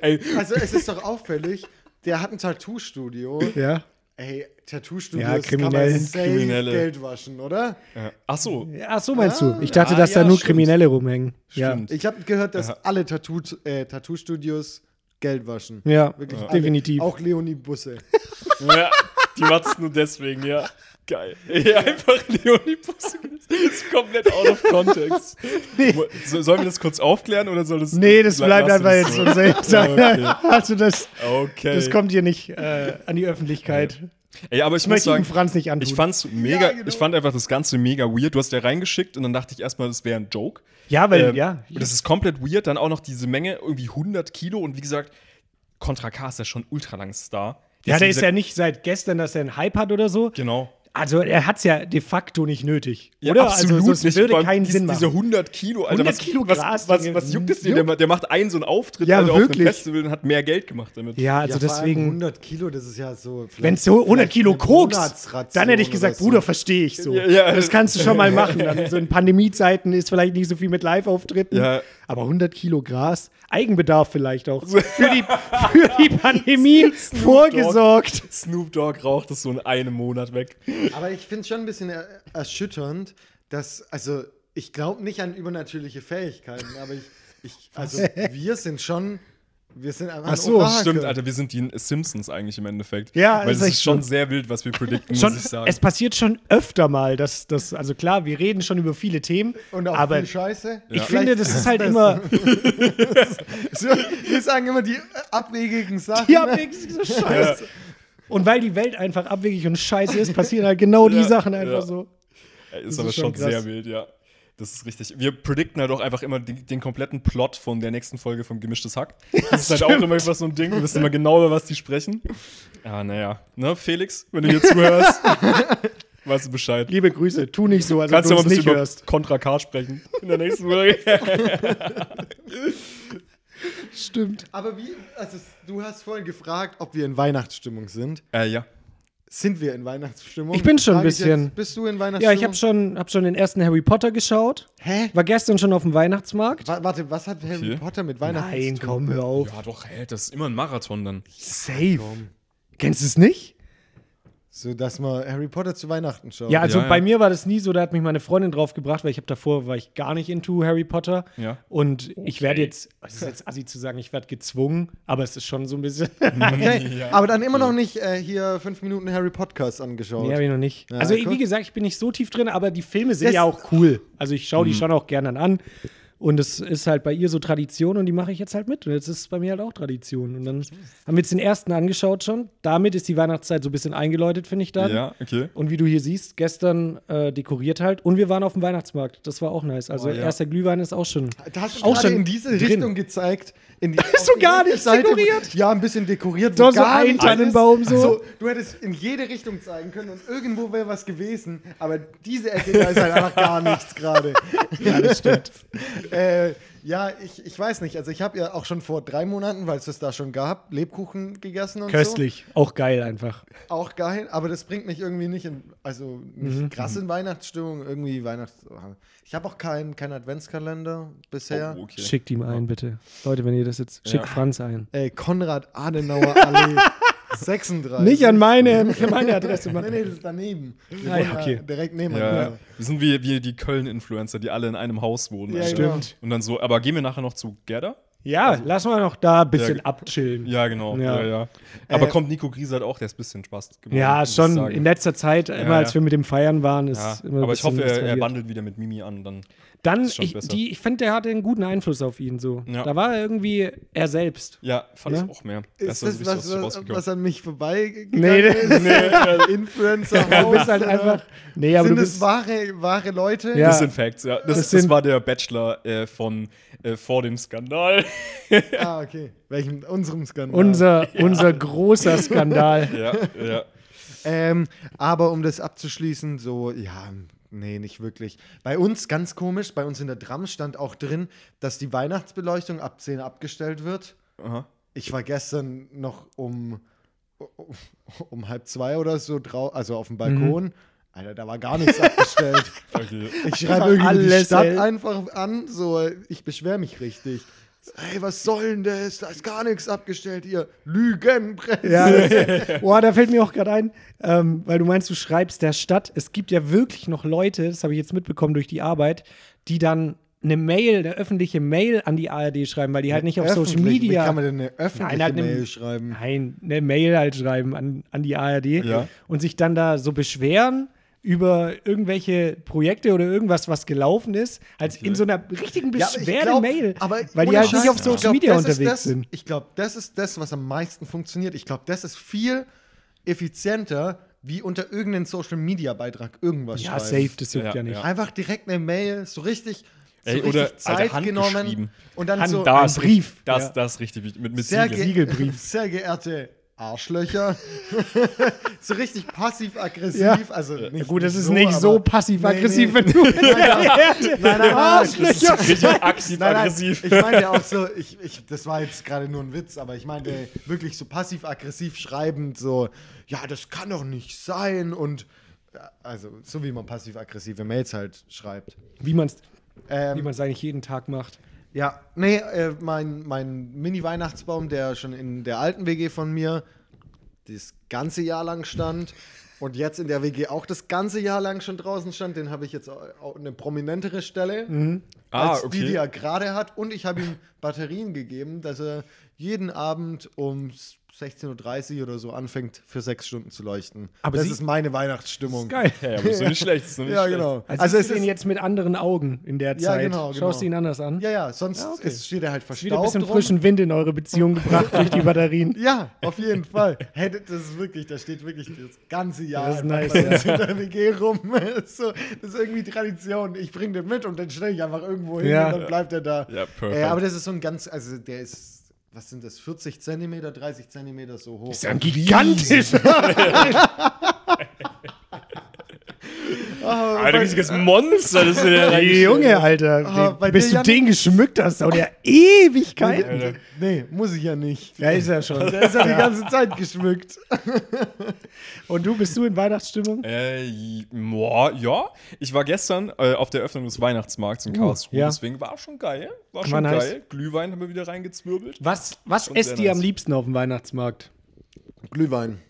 [SPEAKER 3] Ey,
[SPEAKER 4] also es ist doch auffällig, der hat ein Tattoo-Studio.
[SPEAKER 2] Ja.
[SPEAKER 4] Ey, Tattoo-Studios
[SPEAKER 2] Ja, kriminell.
[SPEAKER 4] kann man safe
[SPEAKER 3] Kriminelle.
[SPEAKER 4] Geld waschen, oder?
[SPEAKER 3] ja. äh, Ach so.
[SPEAKER 2] Ach so meinst du? Ich dachte,
[SPEAKER 4] Ah,
[SPEAKER 2] dass
[SPEAKER 4] ja,
[SPEAKER 2] da nur
[SPEAKER 4] stimmt.
[SPEAKER 2] Kriminelle rumhängen.
[SPEAKER 3] Stimmt.
[SPEAKER 4] Ich habe gehört, dass
[SPEAKER 3] Ja.
[SPEAKER 4] alle Tattoo, äh, Tattoo-Studios Geld waschen.
[SPEAKER 2] Ja,
[SPEAKER 4] Wirklich
[SPEAKER 2] ja.
[SPEAKER 4] alle.
[SPEAKER 2] definitiv.
[SPEAKER 4] Auch Leonie Busse.
[SPEAKER 3] Ja, die macht's nur deswegen, ja. Geil. Ey, einfach Leonie Busse. Das ist komplett out of context. So, sollen wir das kurz aufklären oder soll das.
[SPEAKER 2] Nee, das bleibt
[SPEAKER 3] lassen
[SPEAKER 2] einfach
[SPEAKER 3] wir
[SPEAKER 2] jetzt
[SPEAKER 3] es
[SPEAKER 2] so selbst. Also das,
[SPEAKER 3] so? Okay.
[SPEAKER 2] das kommt hier nicht äh, an die Öffentlichkeit.
[SPEAKER 3] Ey, aber ich,
[SPEAKER 2] Das
[SPEAKER 3] muss
[SPEAKER 2] möchte ich
[SPEAKER 3] sagen,
[SPEAKER 2] dem Franz nicht antun.
[SPEAKER 3] ich fand's mega.
[SPEAKER 4] Ja, genau.
[SPEAKER 3] Ich fand einfach das Ganze mega weird. Du hast ja reingeschickt und dann dachte ich erstmal, das wäre ein Joke.
[SPEAKER 2] ja, weil,
[SPEAKER 3] Ähm,
[SPEAKER 2] ja.
[SPEAKER 3] Und das ist komplett weird. Dann auch noch diese Menge, irgendwie 100 Kilo. Und wie gesagt, Contra K ist ja schon ultra lang Star.
[SPEAKER 2] Ja, der ist ja
[SPEAKER 3] dieser-
[SPEAKER 2] nicht seit gestern, dass er einen Hype hat oder so.
[SPEAKER 3] Genau.
[SPEAKER 2] Also er hat es ja de facto nicht nötig,
[SPEAKER 3] Ja,
[SPEAKER 2] oder?
[SPEAKER 3] absolut
[SPEAKER 2] also das
[SPEAKER 3] nicht.
[SPEAKER 2] würde
[SPEAKER 3] Vor allem
[SPEAKER 2] keinen
[SPEAKER 3] diese,
[SPEAKER 2] Sinn
[SPEAKER 3] Diese
[SPEAKER 2] machen.
[SPEAKER 3] 100 Kilo, Alter.
[SPEAKER 2] 100
[SPEAKER 3] was,
[SPEAKER 2] Kilo
[SPEAKER 3] was,
[SPEAKER 2] Gras,
[SPEAKER 3] was,
[SPEAKER 2] Junge.
[SPEAKER 3] was juckt es dir? Der, ma- der macht einen so einen Auftritt
[SPEAKER 2] Ja,
[SPEAKER 3] Alter, auf einem
[SPEAKER 2] wirklich.
[SPEAKER 3] Festival und hat mehr Geld gemacht damit.
[SPEAKER 2] Ja,
[SPEAKER 4] Ja,
[SPEAKER 2] also
[SPEAKER 4] vor allem
[SPEAKER 2] deswegen,
[SPEAKER 4] 100 Kilo, das ist ja so. vielleicht-
[SPEAKER 2] wenn es so 100
[SPEAKER 4] vielleicht
[SPEAKER 2] Kilo
[SPEAKER 4] eine
[SPEAKER 2] Koks,
[SPEAKER 4] Monatsration
[SPEAKER 2] dann hätte ich
[SPEAKER 4] oder
[SPEAKER 2] gesagt,
[SPEAKER 4] so.
[SPEAKER 2] Bruder, verstehe ich so.
[SPEAKER 3] Ja, ja.
[SPEAKER 2] Das kannst du schon mal machen. Dann so in Pandemiezeiten ist vielleicht nicht so viel mit Live-Auftritten,
[SPEAKER 3] Ja.
[SPEAKER 2] aber 100 Kilo Gras, Eigenbedarf vielleicht auch. Für die, für die Pandemie vorgesorgt.
[SPEAKER 3] Snoop Dogg raucht das so in einem Monat weg.
[SPEAKER 4] Aber ich finde es schon ein bisschen er erschütternd, dass, also ich glaube nicht an übernatürliche Fähigkeiten, aber ich, ich also wir sind schon, wir sind einfach
[SPEAKER 2] Ach so,
[SPEAKER 4] Orakel.
[SPEAKER 3] Stimmt, Alter, wir sind die Simpsons eigentlich im Endeffekt.
[SPEAKER 2] Ja,
[SPEAKER 3] Weil
[SPEAKER 2] ist
[SPEAKER 3] es ist
[SPEAKER 2] echt
[SPEAKER 3] schon
[SPEAKER 2] so.
[SPEAKER 3] sehr wild, was wir predikten,
[SPEAKER 2] Schon,
[SPEAKER 3] muss ich sagen.
[SPEAKER 2] es passiert schon öfter mal, dass das, also klar, wir reden schon über viele Themen,
[SPEAKER 4] Und auch
[SPEAKER 2] aber
[SPEAKER 4] viel Scheiße.
[SPEAKER 2] ich finde, das ist halt immer,
[SPEAKER 4] Wir sagen immer die abwegigen Sachen.
[SPEAKER 2] Ja, wenigstens so scheiße. Und weil die Welt einfach abwegig und scheiße ist, passieren halt genau die
[SPEAKER 3] Ja,
[SPEAKER 2] Sachen einfach
[SPEAKER 3] ja.
[SPEAKER 2] so.
[SPEAKER 3] Ey,
[SPEAKER 2] Das
[SPEAKER 3] Äh, ist aber
[SPEAKER 2] ist
[SPEAKER 3] schon
[SPEAKER 2] schon krass.
[SPEAKER 3] sehr wild, ja. Das ist richtig. Wir predikten halt auch einfach immer den, den kompletten Plot von der nächsten Folge von Gemischtes Hack. Das ist halt auch immer einfach so ein Ding. Wir wissen immer genau, über was die sprechen. Ah, naja. Ne, Felix, wenn du hier zuhörst, weißt du Bescheid.
[SPEAKER 2] Liebe Grüße, tu nicht so, als ob
[SPEAKER 3] Kannst
[SPEAKER 2] du
[SPEAKER 3] du mal
[SPEAKER 2] uns
[SPEAKER 3] ein bisschen
[SPEAKER 2] nicht
[SPEAKER 3] über
[SPEAKER 2] hörst.
[SPEAKER 3] Contra K sprechen in der nächsten Folge.
[SPEAKER 2] Stimmt.
[SPEAKER 4] Aber wie, also du hast vorhin gefragt, ob wir in Weihnachtsstimmung sind.
[SPEAKER 3] äh, ja.
[SPEAKER 4] Sind wir in Weihnachtsstimmung?
[SPEAKER 2] Ich bin schon ein
[SPEAKER 4] Frage ich
[SPEAKER 2] bisschen.
[SPEAKER 4] Jetzt, bist du in
[SPEAKER 2] Ja,
[SPEAKER 4] Weihnachtsstimmung?
[SPEAKER 2] ich habe schon, hab schon den ersten Harry Potter geschaut.
[SPEAKER 4] Hä?
[SPEAKER 2] War gestern schon auf dem Weihnachtsmarkt.
[SPEAKER 4] Wa- Warte, was hat Harry
[SPEAKER 3] Okay.
[SPEAKER 4] Potter mit Weihnachten
[SPEAKER 2] Nein,
[SPEAKER 4] zu tun?
[SPEAKER 2] komm, hör auf.
[SPEAKER 3] Ja, doch, hä, das ist immer ein Marathon dann.
[SPEAKER 2] Safe. Kennst du es nicht?
[SPEAKER 4] So, dass man Harry Potter zu Weihnachten schaut.
[SPEAKER 2] Ja, also
[SPEAKER 3] Ja, ja.
[SPEAKER 2] bei mir war das nie so, da hat mich meine Freundin draufgebracht, weil ich habe davor, war ich gar nicht into Harry Potter.
[SPEAKER 3] Ja.
[SPEAKER 2] Und ich werde jetzt, es ist jetzt assi zu sagen, ich werde gezwungen, aber es ist schon so ein bisschen.
[SPEAKER 4] Okay, aber dann immer noch nicht äh, hier fünf Minuten Harry Podcast angeschaut.
[SPEAKER 2] Nee, habe ich noch nicht.
[SPEAKER 4] Ja,
[SPEAKER 2] also,
[SPEAKER 4] guck.
[SPEAKER 2] wie gesagt, ich bin nicht so tief drin, aber die Filme sind
[SPEAKER 4] Das- Mhm.
[SPEAKER 2] ja auch cool. Also, ich schaue die schon auch gerne dann an. Und es ist halt bei ihr so Tradition und die mache ich jetzt halt mit. Und jetzt ist es bei mir halt auch Tradition. Und dann haben wir jetzt den ersten angeschaut schon. Damit ist die Weihnachtszeit so ein bisschen eingeläutet, finde ich dann.
[SPEAKER 3] Ja, okay.
[SPEAKER 2] Und wie du hier siehst, gestern äh, dekoriert halt. Und wir waren auf dem Weihnachtsmarkt. Das war auch nice. Also,
[SPEAKER 3] Oh, ja.
[SPEAKER 2] erster Glühwein ist auch schon.
[SPEAKER 4] Da hast du
[SPEAKER 2] Auch
[SPEAKER 4] gerade
[SPEAKER 2] schon
[SPEAKER 4] in diese
[SPEAKER 2] drin.
[SPEAKER 4] Richtung gezeigt. In die,
[SPEAKER 2] So
[SPEAKER 4] auf die
[SPEAKER 2] gar
[SPEAKER 4] linke
[SPEAKER 2] nicht dekoriert?
[SPEAKER 4] Ja, ein bisschen dekoriert.
[SPEAKER 2] So,
[SPEAKER 4] wo
[SPEAKER 2] so
[SPEAKER 4] gar
[SPEAKER 2] ein
[SPEAKER 4] nicht
[SPEAKER 2] Tannenbaum
[SPEAKER 4] ist.
[SPEAKER 2] so.
[SPEAKER 4] Du hättest in jede Richtung zeigen können und irgendwo wäre was gewesen. Aber diese Ecke, da ist halt einfach gar nichts gerade.
[SPEAKER 2] Ja, das stimmt.
[SPEAKER 4] Äh, ja, ich, ich weiß nicht. Also ich habe ja auch schon vor drei Monaten, weil es das da schon gab, Lebkuchen gegessen und
[SPEAKER 2] Köstlich. Auch geil einfach.
[SPEAKER 4] so. Auch geil. Aber das bringt mich irgendwie nicht in, also nicht
[SPEAKER 2] Mhm.
[SPEAKER 4] krass in Weihnachtsstimmung. Irgendwie Weihnachts... Ich habe auch keinen keinen Adventskalender bisher.
[SPEAKER 3] Oh, okay.
[SPEAKER 2] Schickt ihm ein, bitte. Leute, wenn ihr das jetzt. Schickt Franz ein.
[SPEAKER 4] Äh, Konrad Adenauer Allee 36.
[SPEAKER 2] Nicht an meine, meine Adresse. Mann.
[SPEAKER 4] Nee, nee, das ist daneben. Wir
[SPEAKER 2] Ah, ja,
[SPEAKER 4] wohnen
[SPEAKER 2] okay.
[SPEAKER 4] da Direkt neben
[SPEAKER 3] Ja, ja. Wir sind wie, wie die Köln-Influencer, die alle in einem Haus wohnen.
[SPEAKER 4] Ja,
[SPEAKER 3] Alter.
[SPEAKER 4] genau. Stimmt.
[SPEAKER 3] Und dann so, aber gehen wir nachher noch zu Gerda?
[SPEAKER 2] Ja, lass mal noch da ein bisschen
[SPEAKER 3] Also, Ja,
[SPEAKER 2] abchillen.
[SPEAKER 3] Ja, genau.
[SPEAKER 2] Ja.
[SPEAKER 3] Ja. Ja, Aber
[SPEAKER 2] Äh,
[SPEAKER 3] kommt Nico Griesert auch, der ist ein bisschen Spaß geworden.
[SPEAKER 2] Ja,
[SPEAKER 3] muss ich
[SPEAKER 2] schon
[SPEAKER 3] sagen.
[SPEAKER 2] in letzter Zeit, immer
[SPEAKER 3] ja.
[SPEAKER 2] als wir mit dem Feiern waren, ist
[SPEAKER 3] ja.
[SPEAKER 2] immer ein
[SPEAKER 3] Aber ich
[SPEAKER 2] bisschen
[SPEAKER 3] hoffe, er, er
[SPEAKER 2] eskaliert.
[SPEAKER 3] bandelt wieder mit Mimi an. Dann.
[SPEAKER 2] Dann,
[SPEAKER 3] ist schon
[SPEAKER 2] ich,
[SPEAKER 3] besser.
[SPEAKER 2] die, ich finde, der hatte einen guten Einfluss auf ihn so.
[SPEAKER 3] Ja.
[SPEAKER 2] Da war er irgendwie er selbst.
[SPEAKER 3] Ja, fand
[SPEAKER 2] Ja.
[SPEAKER 3] ich auch mehr.
[SPEAKER 4] Ist
[SPEAKER 3] so
[SPEAKER 4] das,
[SPEAKER 3] richtig
[SPEAKER 4] was, was,
[SPEAKER 3] rausgekommen.
[SPEAKER 4] was an mich vorbeigegangen
[SPEAKER 2] Nee, nee.
[SPEAKER 4] ist? Nee. Influencer
[SPEAKER 2] Du bist halt einfach. Nee, aber
[SPEAKER 4] Sind
[SPEAKER 2] du
[SPEAKER 4] es
[SPEAKER 2] bist.
[SPEAKER 4] wahre, wahre Leute?
[SPEAKER 2] Ja.
[SPEAKER 3] Das sind Facts, ja. Das,
[SPEAKER 2] Das
[SPEAKER 3] das,
[SPEAKER 2] sind-
[SPEAKER 3] war der Bachelor äh, von äh, vor dem Skandal.
[SPEAKER 4] Ah, okay. Welchem? Unserem Skandal.
[SPEAKER 2] Unser, unser großer Skandal.
[SPEAKER 3] ja, ja.
[SPEAKER 4] Ähm, aber um das abzuschließen, so, ja, nee, nicht wirklich. Bei uns, ganz komisch, bei uns in der Dram stand auch drin, dass die Weihnachtsbeleuchtung ab 10 abgestellt wird.
[SPEAKER 3] Aha.
[SPEAKER 4] Ich war gestern noch um, um halb zwei oder so drau also
[SPEAKER 2] Mhm.
[SPEAKER 4] auf dem Balkon. Alter, da war gar nichts abgestellt.
[SPEAKER 3] Okay.
[SPEAKER 4] Ich schreibe irgendwie die
[SPEAKER 2] Alles,
[SPEAKER 4] Stadt
[SPEAKER 2] ey.
[SPEAKER 4] einfach an, so, ich beschwere mich richtig. Ey, was soll denn das? Da ist gar nichts abgestellt, ihr Lügenpresse.
[SPEAKER 2] Ja, das, boah, da fällt mir auch gerade ein, ähm, weil du meinst, du schreibst der Stadt. Es gibt ja wirklich noch Leute, das habe ich jetzt mitbekommen durch die Arbeit, die dann eine Mail, eine öffentliche Mail an die ARD schreiben, weil die halt nicht auf Social
[SPEAKER 4] Öffentlich, Wie
[SPEAKER 2] Media.
[SPEAKER 4] kann man denn eine öffentliche
[SPEAKER 2] Nein, halt eine-
[SPEAKER 4] Mail schreiben?
[SPEAKER 2] Nein, eine Mail halt schreiben an, an die ARD
[SPEAKER 3] Ja.
[SPEAKER 2] und sich dann da so beschweren über irgendwelche Projekte oder irgendwas, was gelaufen ist, als in so einer richtigen
[SPEAKER 4] Ja, aber ich
[SPEAKER 2] Beschwerde-Mail,
[SPEAKER 4] glaub- aber
[SPEAKER 2] weil die
[SPEAKER 4] ohne
[SPEAKER 2] halt
[SPEAKER 4] Scheiß,
[SPEAKER 2] nicht auf
[SPEAKER 4] ich
[SPEAKER 2] Social
[SPEAKER 4] glaub,
[SPEAKER 2] Media
[SPEAKER 4] das ist
[SPEAKER 2] unterwegs
[SPEAKER 4] das,
[SPEAKER 2] sind.
[SPEAKER 4] Ich glaube, das ist das, was am meisten funktioniert. Ich glaube, das ist viel effizienter, wie unter irgendeinem Social Media Beitrag irgendwas
[SPEAKER 2] Ja,
[SPEAKER 4] schreiben.
[SPEAKER 2] safe, das juckt ja,
[SPEAKER 3] Ja,
[SPEAKER 2] nicht.
[SPEAKER 3] ja.
[SPEAKER 4] Einfach direkt eine Mail, so richtig, so
[SPEAKER 3] Ey,
[SPEAKER 4] richtig
[SPEAKER 3] oder, Alter,
[SPEAKER 4] Zeit genommen
[SPEAKER 3] handgeschrieben.
[SPEAKER 4] und dann
[SPEAKER 2] Hand-
[SPEAKER 4] so
[SPEAKER 2] da- Ein
[SPEAKER 3] ist
[SPEAKER 2] Brief.
[SPEAKER 3] richtig- Das,
[SPEAKER 2] Ja.
[SPEAKER 3] das ist richtig wichtig. Mit, mit
[SPEAKER 4] sehr,
[SPEAKER 3] Siegeln.
[SPEAKER 4] ge
[SPEAKER 2] Siegelbrief.
[SPEAKER 4] sehr geehrte Arschlöcher, so richtig passiv aggressiv,
[SPEAKER 2] Ja. Äh,
[SPEAKER 4] also nicht,
[SPEAKER 2] Gut, das
[SPEAKER 4] nicht
[SPEAKER 2] ist
[SPEAKER 4] so,
[SPEAKER 2] nicht so
[SPEAKER 4] aber-
[SPEAKER 2] passiv-aggressiv,
[SPEAKER 4] Nee,
[SPEAKER 2] wenn du
[SPEAKER 4] nee. Nein, nein, nein, das ist-
[SPEAKER 3] Das ist richtig aktiv
[SPEAKER 4] Nein, nein,
[SPEAKER 3] aggressiv.
[SPEAKER 4] Ich meinte auch so, ich, ich, das war jetzt gerade nur ein Witz, aber ich meinte wirklich so passiv-aggressiv schreibend, so, ja, das kann doch nicht sein und ja, also so wie man passiv-aggressive Mails halt schreibt.
[SPEAKER 2] Wie man es wie
[SPEAKER 4] Ähm,
[SPEAKER 2] man's eigentlich jeden Tag macht.
[SPEAKER 4] ja, nee, äh, mein, mein Mini-Weihnachtsbaum, der schon in der alten WG von mir das ganze Jahr lang stand und jetzt in der WG auch das ganze Jahr lang schon draußen stand, den habe ich jetzt au- au- eine prominentere Stelle
[SPEAKER 2] Mhm.
[SPEAKER 3] Ah,
[SPEAKER 4] als die,
[SPEAKER 3] okay.
[SPEAKER 4] die er gerade hat. Und ich habe ihm Batterien gegeben, dass er jeden Abend um 16.30 Uhr oder so anfängt, für sechs Stunden zu leuchten.
[SPEAKER 2] Aber
[SPEAKER 4] das
[SPEAKER 2] sie-
[SPEAKER 4] ist meine Weihnachtsstimmung.
[SPEAKER 2] Geil.
[SPEAKER 3] Ja, aber ist doch nicht schlecht. Ist doch nicht
[SPEAKER 4] Ja,
[SPEAKER 3] schlecht.
[SPEAKER 4] genau.
[SPEAKER 2] Also, also es ist ihn jetzt mit anderen Augen in der
[SPEAKER 4] Ja,
[SPEAKER 2] Zeit.
[SPEAKER 4] genau, genau.
[SPEAKER 2] Schaust du ihn anders an?
[SPEAKER 4] Ja, ja, sonst
[SPEAKER 2] Ja, Ah, okay.
[SPEAKER 4] ist, steht er halt
[SPEAKER 2] Hast wieder ein
[SPEAKER 4] verstaubt
[SPEAKER 2] bisschen
[SPEAKER 4] rum.
[SPEAKER 2] frischen Wind in eure Beziehung gebracht durch die Batterien.
[SPEAKER 4] Ja, auf jeden Fall. Hey, das ist wirklich, da steht wirklich das ganze Jahr
[SPEAKER 2] Das ist
[SPEAKER 4] einfach
[SPEAKER 2] nice,
[SPEAKER 4] bei uns in der WG rum. Das ist, so, das ist irgendwie Tradition. Ich bringe den mit und dann stelle ich einfach irgendwo hin
[SPEAKER 2] Ja.
[SPEAKER 4] und dann bleibt er da.
[SPEAKER 3] Ja, perfekt.
[SPEAKER 4] äh, aber das ist so ein ganz, also der ist, was sind das, 40 Zentimeter, 30 Zentimeter so hoch.
[SPEAKER 2] ein gigantisch.
[SPEAKER 3] Alter, richtiges Monster. Das ist der
[SPEAKER 2] Äh, Junge, Alter.
[SPEAKER 4] Ah,
[SPEAKER 2] den-
[SPEAKER 4] bei
[SPEAKER 2] bis
[SPEAKER 4] dir,
[SPEAKER 2] du
[SPEAKER 4] Jan?
[SPEAKER 2] den geschmückt hast, auch der Ewigkeit.
[SPEAKER 4] Alter. Oh, Nee, muss ich ja nicht.
[SPEAKER 2] Ja, ist er schon.
[SPEAKER 4] Da ist er die ganze Zeit geschmückt.
[SPEAKER 2] Und du, bist du in Weihnachtsstimmung?
[SPEAKER 3] Äh, j- boah, ja. Ich war gestern äh, auf der Öffnung des Weihnachtsmarkts in Karlsruhe,
[SPEAKER 2] Uh, ja.
[SPEAKER 3] deswegen war schon geil. War schon
[SPEAKER 2] War nice.
[SPEAKER 3] geil. Glühwein haben wir wieder reingezwirbelt.
[SPEAKER 2] Was, was
[SPEAKER 3] Schon
[SPEAKER 2] esst
[SPEAKER 3] sehr
[SPEAKER 2] ihr
[SPEAKER 3] nice.
[SPEAKER 2] am liebsten auf dem Weihnachtsmarkt?
[SPEAKER 4] Glühwein.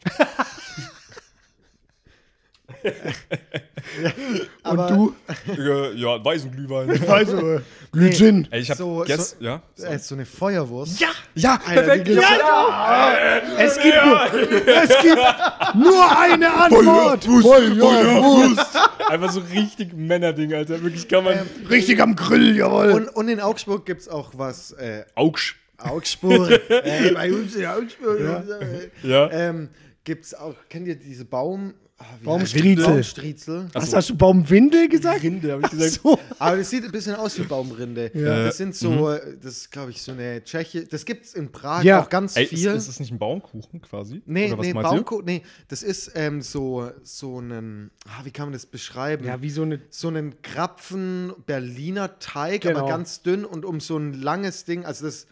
[SPEAKER 4] Aber-
[SPEAKER 2] Und du?
[SPEAKER 3] äh, ja, weißen Glühwein.
[SPEAKER 2] Also, Glühgin.
[SPEAKER 3] Ey, ich hab
[SPEAKER 4] So-
[SPEAKER 3] gest-
[SPEAKER 4] so-
[SPEAKER 3] ja.
[SPEAKER 4] Er ist so eine Feuerwurst.
[SPEAKER 2] Ja, genau.
[SPEAKER 3] Ja,
[SPEAKER 4] Alter, die
[SPEAKER 3] perfekt.
[SPEAKER 4] gibt's-
[SPEAKER 3] ja,
[SPEAKER 2] Äh, es gibt, nur, es gibt nur eine Antwort.
[SPEAKER 3] Einfach so richtig Männerding, Alter. Wirklich kann man.
[SPEAKER 4] Ähm,
[SPEAKER 2] Richtig am Grill, jawohl.
[SPEAKER 4] Und, und in Augsburg gibt es auch was. Äh,
[SPEAKER 3] Augsch.
[SPEAKER 4] Augsburg. äh, bei uns in Augsburg.
[SPEAKER 3] Ja.
[SPEAKER 4] Ähm, gibt es auch, kennt ihr diese Baum. ah, wie
[SPEAKER 2] Baumstriezel.
[SPEAKER 4] heißt- Baumstriezel.
[SPEAKER 2] Was hast du Baumwindel gesagt?
[SPEAKER 3] Rinde, hab ich gesagt.
[SPEAKER 2] So.
[SPEAKER 4] Aber das sieht ein bisschen aus wie Baumrinde.
[SPEAKER 2] Ja. Mhm.
[SPEAKER 4] Das sind so, das ist, glaube ich, so eine Tscheche. Das gibt es in Prag
[SPEAKER 2] Ja.
[SPEAKER 4] auch ganz
[SPEAKER 3] Ey, ist,
[SPEAKER 4] viel.
[SPEAKER 3] ist das nicht ein Baumkuchen quasi?
[SPEAKER 4] Nee,
[SPEAKER 3] Oder was
[SPEAKER 4] nee,
[SPEAKER 3] meinst du?
[SPEAKER 4] Baumko nee, das ist ähm, so, so ein, ah, wie kann man das beschreiben?
[SPEAKER 2] Ja, wie so eine.
[SPEAKER 4] so einen Krapfen Berliner Teig,
[SPEAKER 2] Genau.
[SPEAKER 4] aber ganz dünn und um so ein langes Ding, also das,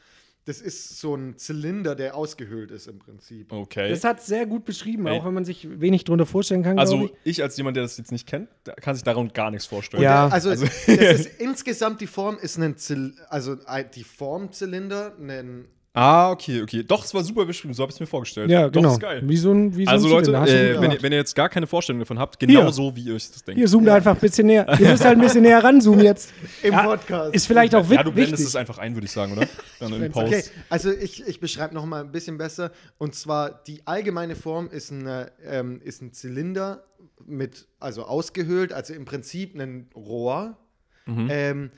[SPEAKER 4] das ist so ein Zylinder, der ausgehöhlt ist im Prinzip.
[SPEAKER 3] Okay.
[SPEAKER 2] Das hat sehr gut beschrieben,
[SPEAKER 3] Ey.
[SPEAKER 2] auch wenn man sich wenig drunter vorstellen kann. glaub
[SPEAKER 3] also,
[SPEAKER 2] ich.
[SPEAKER 3] ich als jemand, der das jetzt nicht kennt, da kann sich daran gar nichts vorstellen.
[SPEAKER 2] Ja.
[SPEAKER 4] Also, das ist insgesamt die Form ist ein Zyl also ein- die Formzylinder, ein
[SPEAKER 3] Ah, okay, okay. Doch, es war super beschrieben, so habe ich es mir vorgestellt.
[SPEAKER 2] Ja,
[SPEAKER 3] Äh, Doch,
[SPEAKER 2] genau.
[SPEAKER 3] ist geil.
[SPEAKER 2] Wie so ein, wie so
[SPEAKER 3] also
[SPEAKER 2] ein
[SPEAKER 3] Leute,
[SPEAKER 2] Zylinder. Hast du
[SPEAKER 3] äh,
[SPEAKER 2] gut
[SPEAKER 3] wenn,
[SPEAKER 2] gemacht.
[SPEAKER 3] ihr, wenn ihr jetzt gar keine Vorstellung davon habt, genau
[SPEAKER 2] Hier.
[SPEAKER 3] so, wie ihr euch das denkt.
[SPEAKER 2] Hier, zoom da einfach ein bisschen näher. Ihr müsst halt ein bisschen näher ranzoomen jetzt.
[SPEAKER 4] Im Podcast.
[SPEAKER 2] Ist vielleicht auch
[SPEAKER 3] ja, du blendest
[SPEAKER 2] wichtig.
[SPEAKER 3] es einfach ein, würde ich sagen, oder? Dann in Pause.
[SPEAKER 4] Okay, also ich, ich beschreibe noch mal ein bisschen besser. Und zwar die allgemeine Form ist, eine, ähm, ist ein Zylinder mit, also ausgehöhlt, also im Prinzip ein Rohr. Ähm,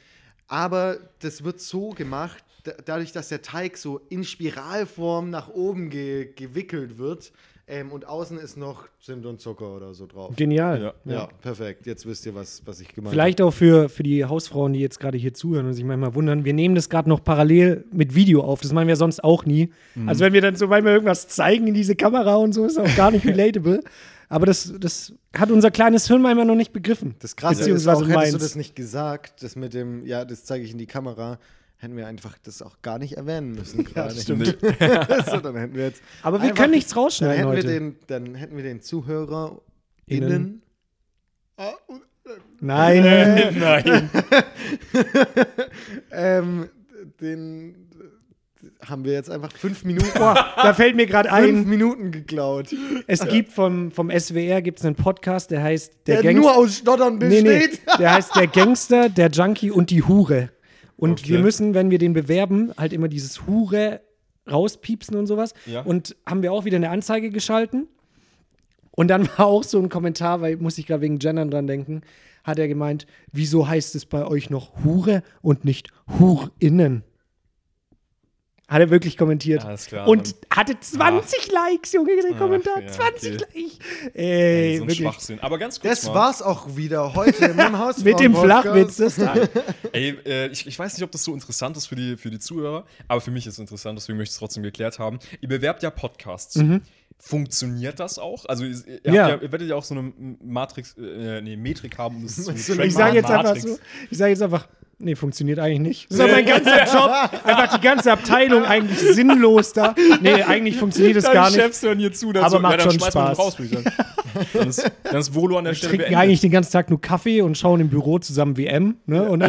[SPEAKER 4] aber das wird so gemacht, da, dadurch, dass der Teig so in Spiralform nach oben ge, gewickelt wird ähm, und außen ist noch Zimt und Zucker oder so drauf.
[SPEAKER 2] Genial.
[SPEAKER 3] Ja.
[SPEAKER 4] ja. perfekt. Jetzt wisst ihr, was, was ich gemeint habe.
[SPEAKER 2] Vielleicht auch für, für die Hausfrauen, die jetzt gerade hier zuhören und sich manchmal wundern, wir nehmen das gerade noch parallel mit Video auf. Das machen wir sonst auch nie.
[SPEAKER 3] Mhm.
[SPEAKER 2] Also wenn wir dann zum Beispiel irgendwas zeigen in diese Kamera und so, ist auch gar nicht relatable. Aber das, das hat unser kleines Hirn manchmal noch nicht begriffen.
[SPEAKER 4] Das Krasse ist
[SPEAKER 2] beziehungsweise
[SPEAKER 4] auch, hättest du
[SPEAKER 2] meins.
[SPEAKER 4] das nicht gesagt, das mit dem, ja, das zeige ich in die Kamera, hätten wir einfach das auch gar nicht erwähnen müssen. ja,
[SPEAKER 3] stimmt.
[SPEAKER 4] so, dann hätten wir jetzt
[SPEAKER 2] Aber wir können nichts rausschneiden
[SPEAKER 4] dann hätten
[SPEAKER 2] heute.
[SPEAKER 4] Wir den, dann hätten wir den ZuhörerInnen
[SPEAKER 2] Innen. Nein.
[SPEAKER 3] Nein.
[SPEAKER 4] ähm, den äh, haben wir jetzt einfach fünf Minuten,
[SPEAKER 2] Boah, da fällt mir gerade
[SPEAKER 4] fünf
[SPEAKER 2] ein,
[SPEAKER 4] Minuten geklaut.
[SPEAKER 2] es gibt vom, vom SWR gibt's einen Podcast, der heißt
[SPEAKER 4] Der,
[SPEAKER 2] Gangster.
[SPEAKER 4] nur aus Stottern
[SPEAKER 2] Nee, nee,
[SPEAKER 4] besteht.
[SPEAKER 2] der heißt der Gangster, der Junkie und die Hure. Und
[SPEAKER 3] Okay.
[SPEAKER 2] wir müssen, wenn wir den bewerben, halt immer dieses Hure rauspiepsen und sowas.
[SPEAKER 3] Ja.
[SPEAKER 2] Und haben wir auch wieder eine Anzeige geschalten. Und dann war auch so ein Kommentar, weil muss ich gerade wegen Gendern dran denken, hat er gemeint, wieso heißt es bei euch noch Hure und nicht Hurinnen? Hat er wirklich kommentiert.
[SPEAKER 3] Alles klar, Ah.
[SPEAKER 2] und hatte 20 Likes, Junge, der Kommentar.
[SPEAKER 3] ja,
[SPEAKER 2] 20
[SPEAKER 3] okay.
[SPEAKER 2] Likes. Ey,
[SPEAKER 3] so ein
[SPEAKER 2] wirklich.
[SPEAKER 3] Schwachsinn. Aber ganz kurz
[SPEAKER 4] Das
[SPEAKER 3] mal.
[SPEAKER 4] war's auch wieder heute im Haus.
[SPEAKER 2] Mit dem Flachwitz, das
[SPEAKER 3] Ey, äh, ich, ich weiß nicht, ob das so interessant ist für die, für die Zuhörer, aber für mich ist es interessant, deswegen möchte ich es trotzdem geklärt haben. Ihr bewerbt ja Podcasts. Funktioniert das auch? Also, ihr, ihr,
[SPEAKER 2] Mhm. Ja.
[SPEAKER 3] habt ja, ihr werdet ja auch so eine Matrix, äh, nee, Metrik haben, um das zu
[SPEAKER 4] Ich
[SPEAKER 3] tracken.
[SPEAKER 2] Ich sage jetzt einfach
[SPEAKER 3] Matrix.
[SPEAKER 2] so, ich sage jetzt einfach, nee, funktioniert eigentlich nicht. Das ist doch mein ganzer Job, einfach die ganze Abteilung eigentlich sinnlos da. Nee, eigentlich funktioniert es
[SPEAKER 3] Deine
[SPEAKER 2] gar nicht.
[SPEAKER 3] Chefs hören hier zu, dann
[SPEAKER 2] Aber
[SPEAKER 3] so,
[SPEAKER 2] macht
[SPEAKER 3] ja, dann
[SPEAKER 2] schon
[SPEAKER 3] schmeißt man
[SPEAKER 2] Spaß.
[SPEAKER 3] raus, würde ich sagen. Dann ist, dann ist Volo an der
[SPEAKER 2] Wir
[SPEAKER 3] Stelle
[SPEAKER 2] trinken
[SPEAKER 3] beendet.
[SPEAKER 2] eigentlich den ganzen Tag nur Kaffee und schauen im Büro zusammen WM. Ne? Und,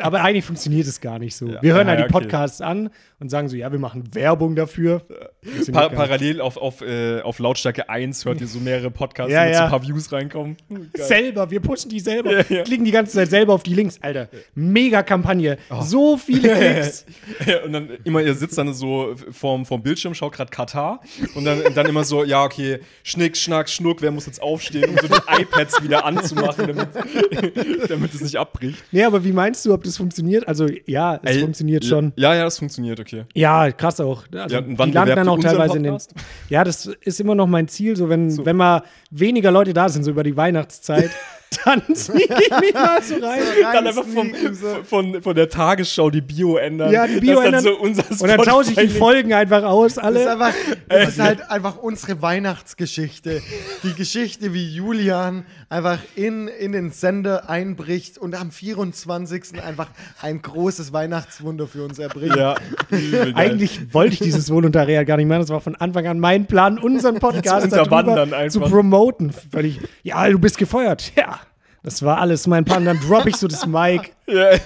[SPEAKER 2] aber eigentlich funktioniert es gar nicht so. Wir hören
[SPEAKER 3] Ja,
[SPEAKER 2] halt
[SPEAKER 3] ja,
[SPEAKER 2] die
[SPEAKER 3] okay.
[SPEAKER 2] Podcasts an und sagen so, ja, wir machen Werbung dafür. Funktioniert
[SPEAKER 3] Pa
[SPEAKER 2] gar nicht.
[SPEAKER 3] parallel auf, auf, äh, auf Lautstärke 1 hört ihr so mehrere Podcasts,
[SPEAKER 2] Ja,
[SPEAKER 3] damit so
[SPEAKER 2] ja.
[SPEAKER 3] ein paar Views reinkommen. Geil.
[SPEAKER 2] Selber, wir pushen die selber,
[SPEAKER 3] Ja, ja.
[SPEAKER 2] klicken die ganze Zeit selber auf die Links, Alter. Mega Kampagne,
[SPEAKER 3] Oh.
[SPEAKER 2] so viele Klicks.
[SPEAKER 3] Ja, und dann immer, ihr sitzt dann so vorm, vorm Bildschirm, schaut gerade Katar und dann, dann immer so, ja, okay, Schnick, Schnack, Schnuck, wer muss jetzt aufstehen, um so die iPads wieder anzumachen, damit, damit es nicht abbricht.
[SPEAKER 2] Nee, aber wie meinst du, ob das funktioniert? Also ja, es
[SPEAKER 3] Ey,
[SPEAKER 2] funktioniert schon.
[SPEAKER 3] Ja, ja, das funktioniert, okay.
[SPEAKER 2] Ja, krass auch. Also,
[SPEAKER 3] Ja, und wann
[SPEAKER 2] die landen
[SPEAKER 3] bewerbt
[SPEAKER 2] dann
[SPEAKER 3] ihr
[SPEAKER 2] auch
[SPEAKER 3] unseren
[SPEAKER 2] teilweise in den.
[SPEAKER 3] Podcast?
[SPEAKER 2] Ja, das ist immer noch mein Ziel. So, wenn, wenn mal weniger Leute da sind, so über die Weihnachtszeit, dann sneak ich mich mal so rein.
[SPEAKER 3] Dann einfach vom, von, von der Tagesschau die Bio ändern.
[SPEAKER 2] Ja, die Bio
[SPEAKER 3] dass dann
[SPEAKER 2] ändern.
[SPEAKER 3] So unser
[SPEAKER 2] Und dann tausche ich die
[SPEAKER 3] Spotify-Link-
[SPEAKER 2] Folgen einfach aus,
[SPEAKER 4] Das ist,
[SPEAKER 2] alle.
[SPEAKER 4] einfach, das ist halt einfach unsere Weihnachtsgeschichte. Die Geschichte, wie Julian einfach in, in den Sender einbricht und am 24. einfach ein großes Weihnachtswunder für uns erbringt.
[SPEAKER 3] Ja, übel geil.
[SPEAKER 2] Eigentlich wollte ich dieses Volontariat gar nicht machen. Das war von Anfang an mein Plan, unseren Podcast
[SPEAKER 3] Zu unterwandern
[SPEAKER 2] darüber
[SPEAKER 3] einfach.
[SPEAKER 2] zu promoten. Völlig. Ja, du bist gefeuert. Ja, das war alles mein Plan. Dann droppe ich so das Mic.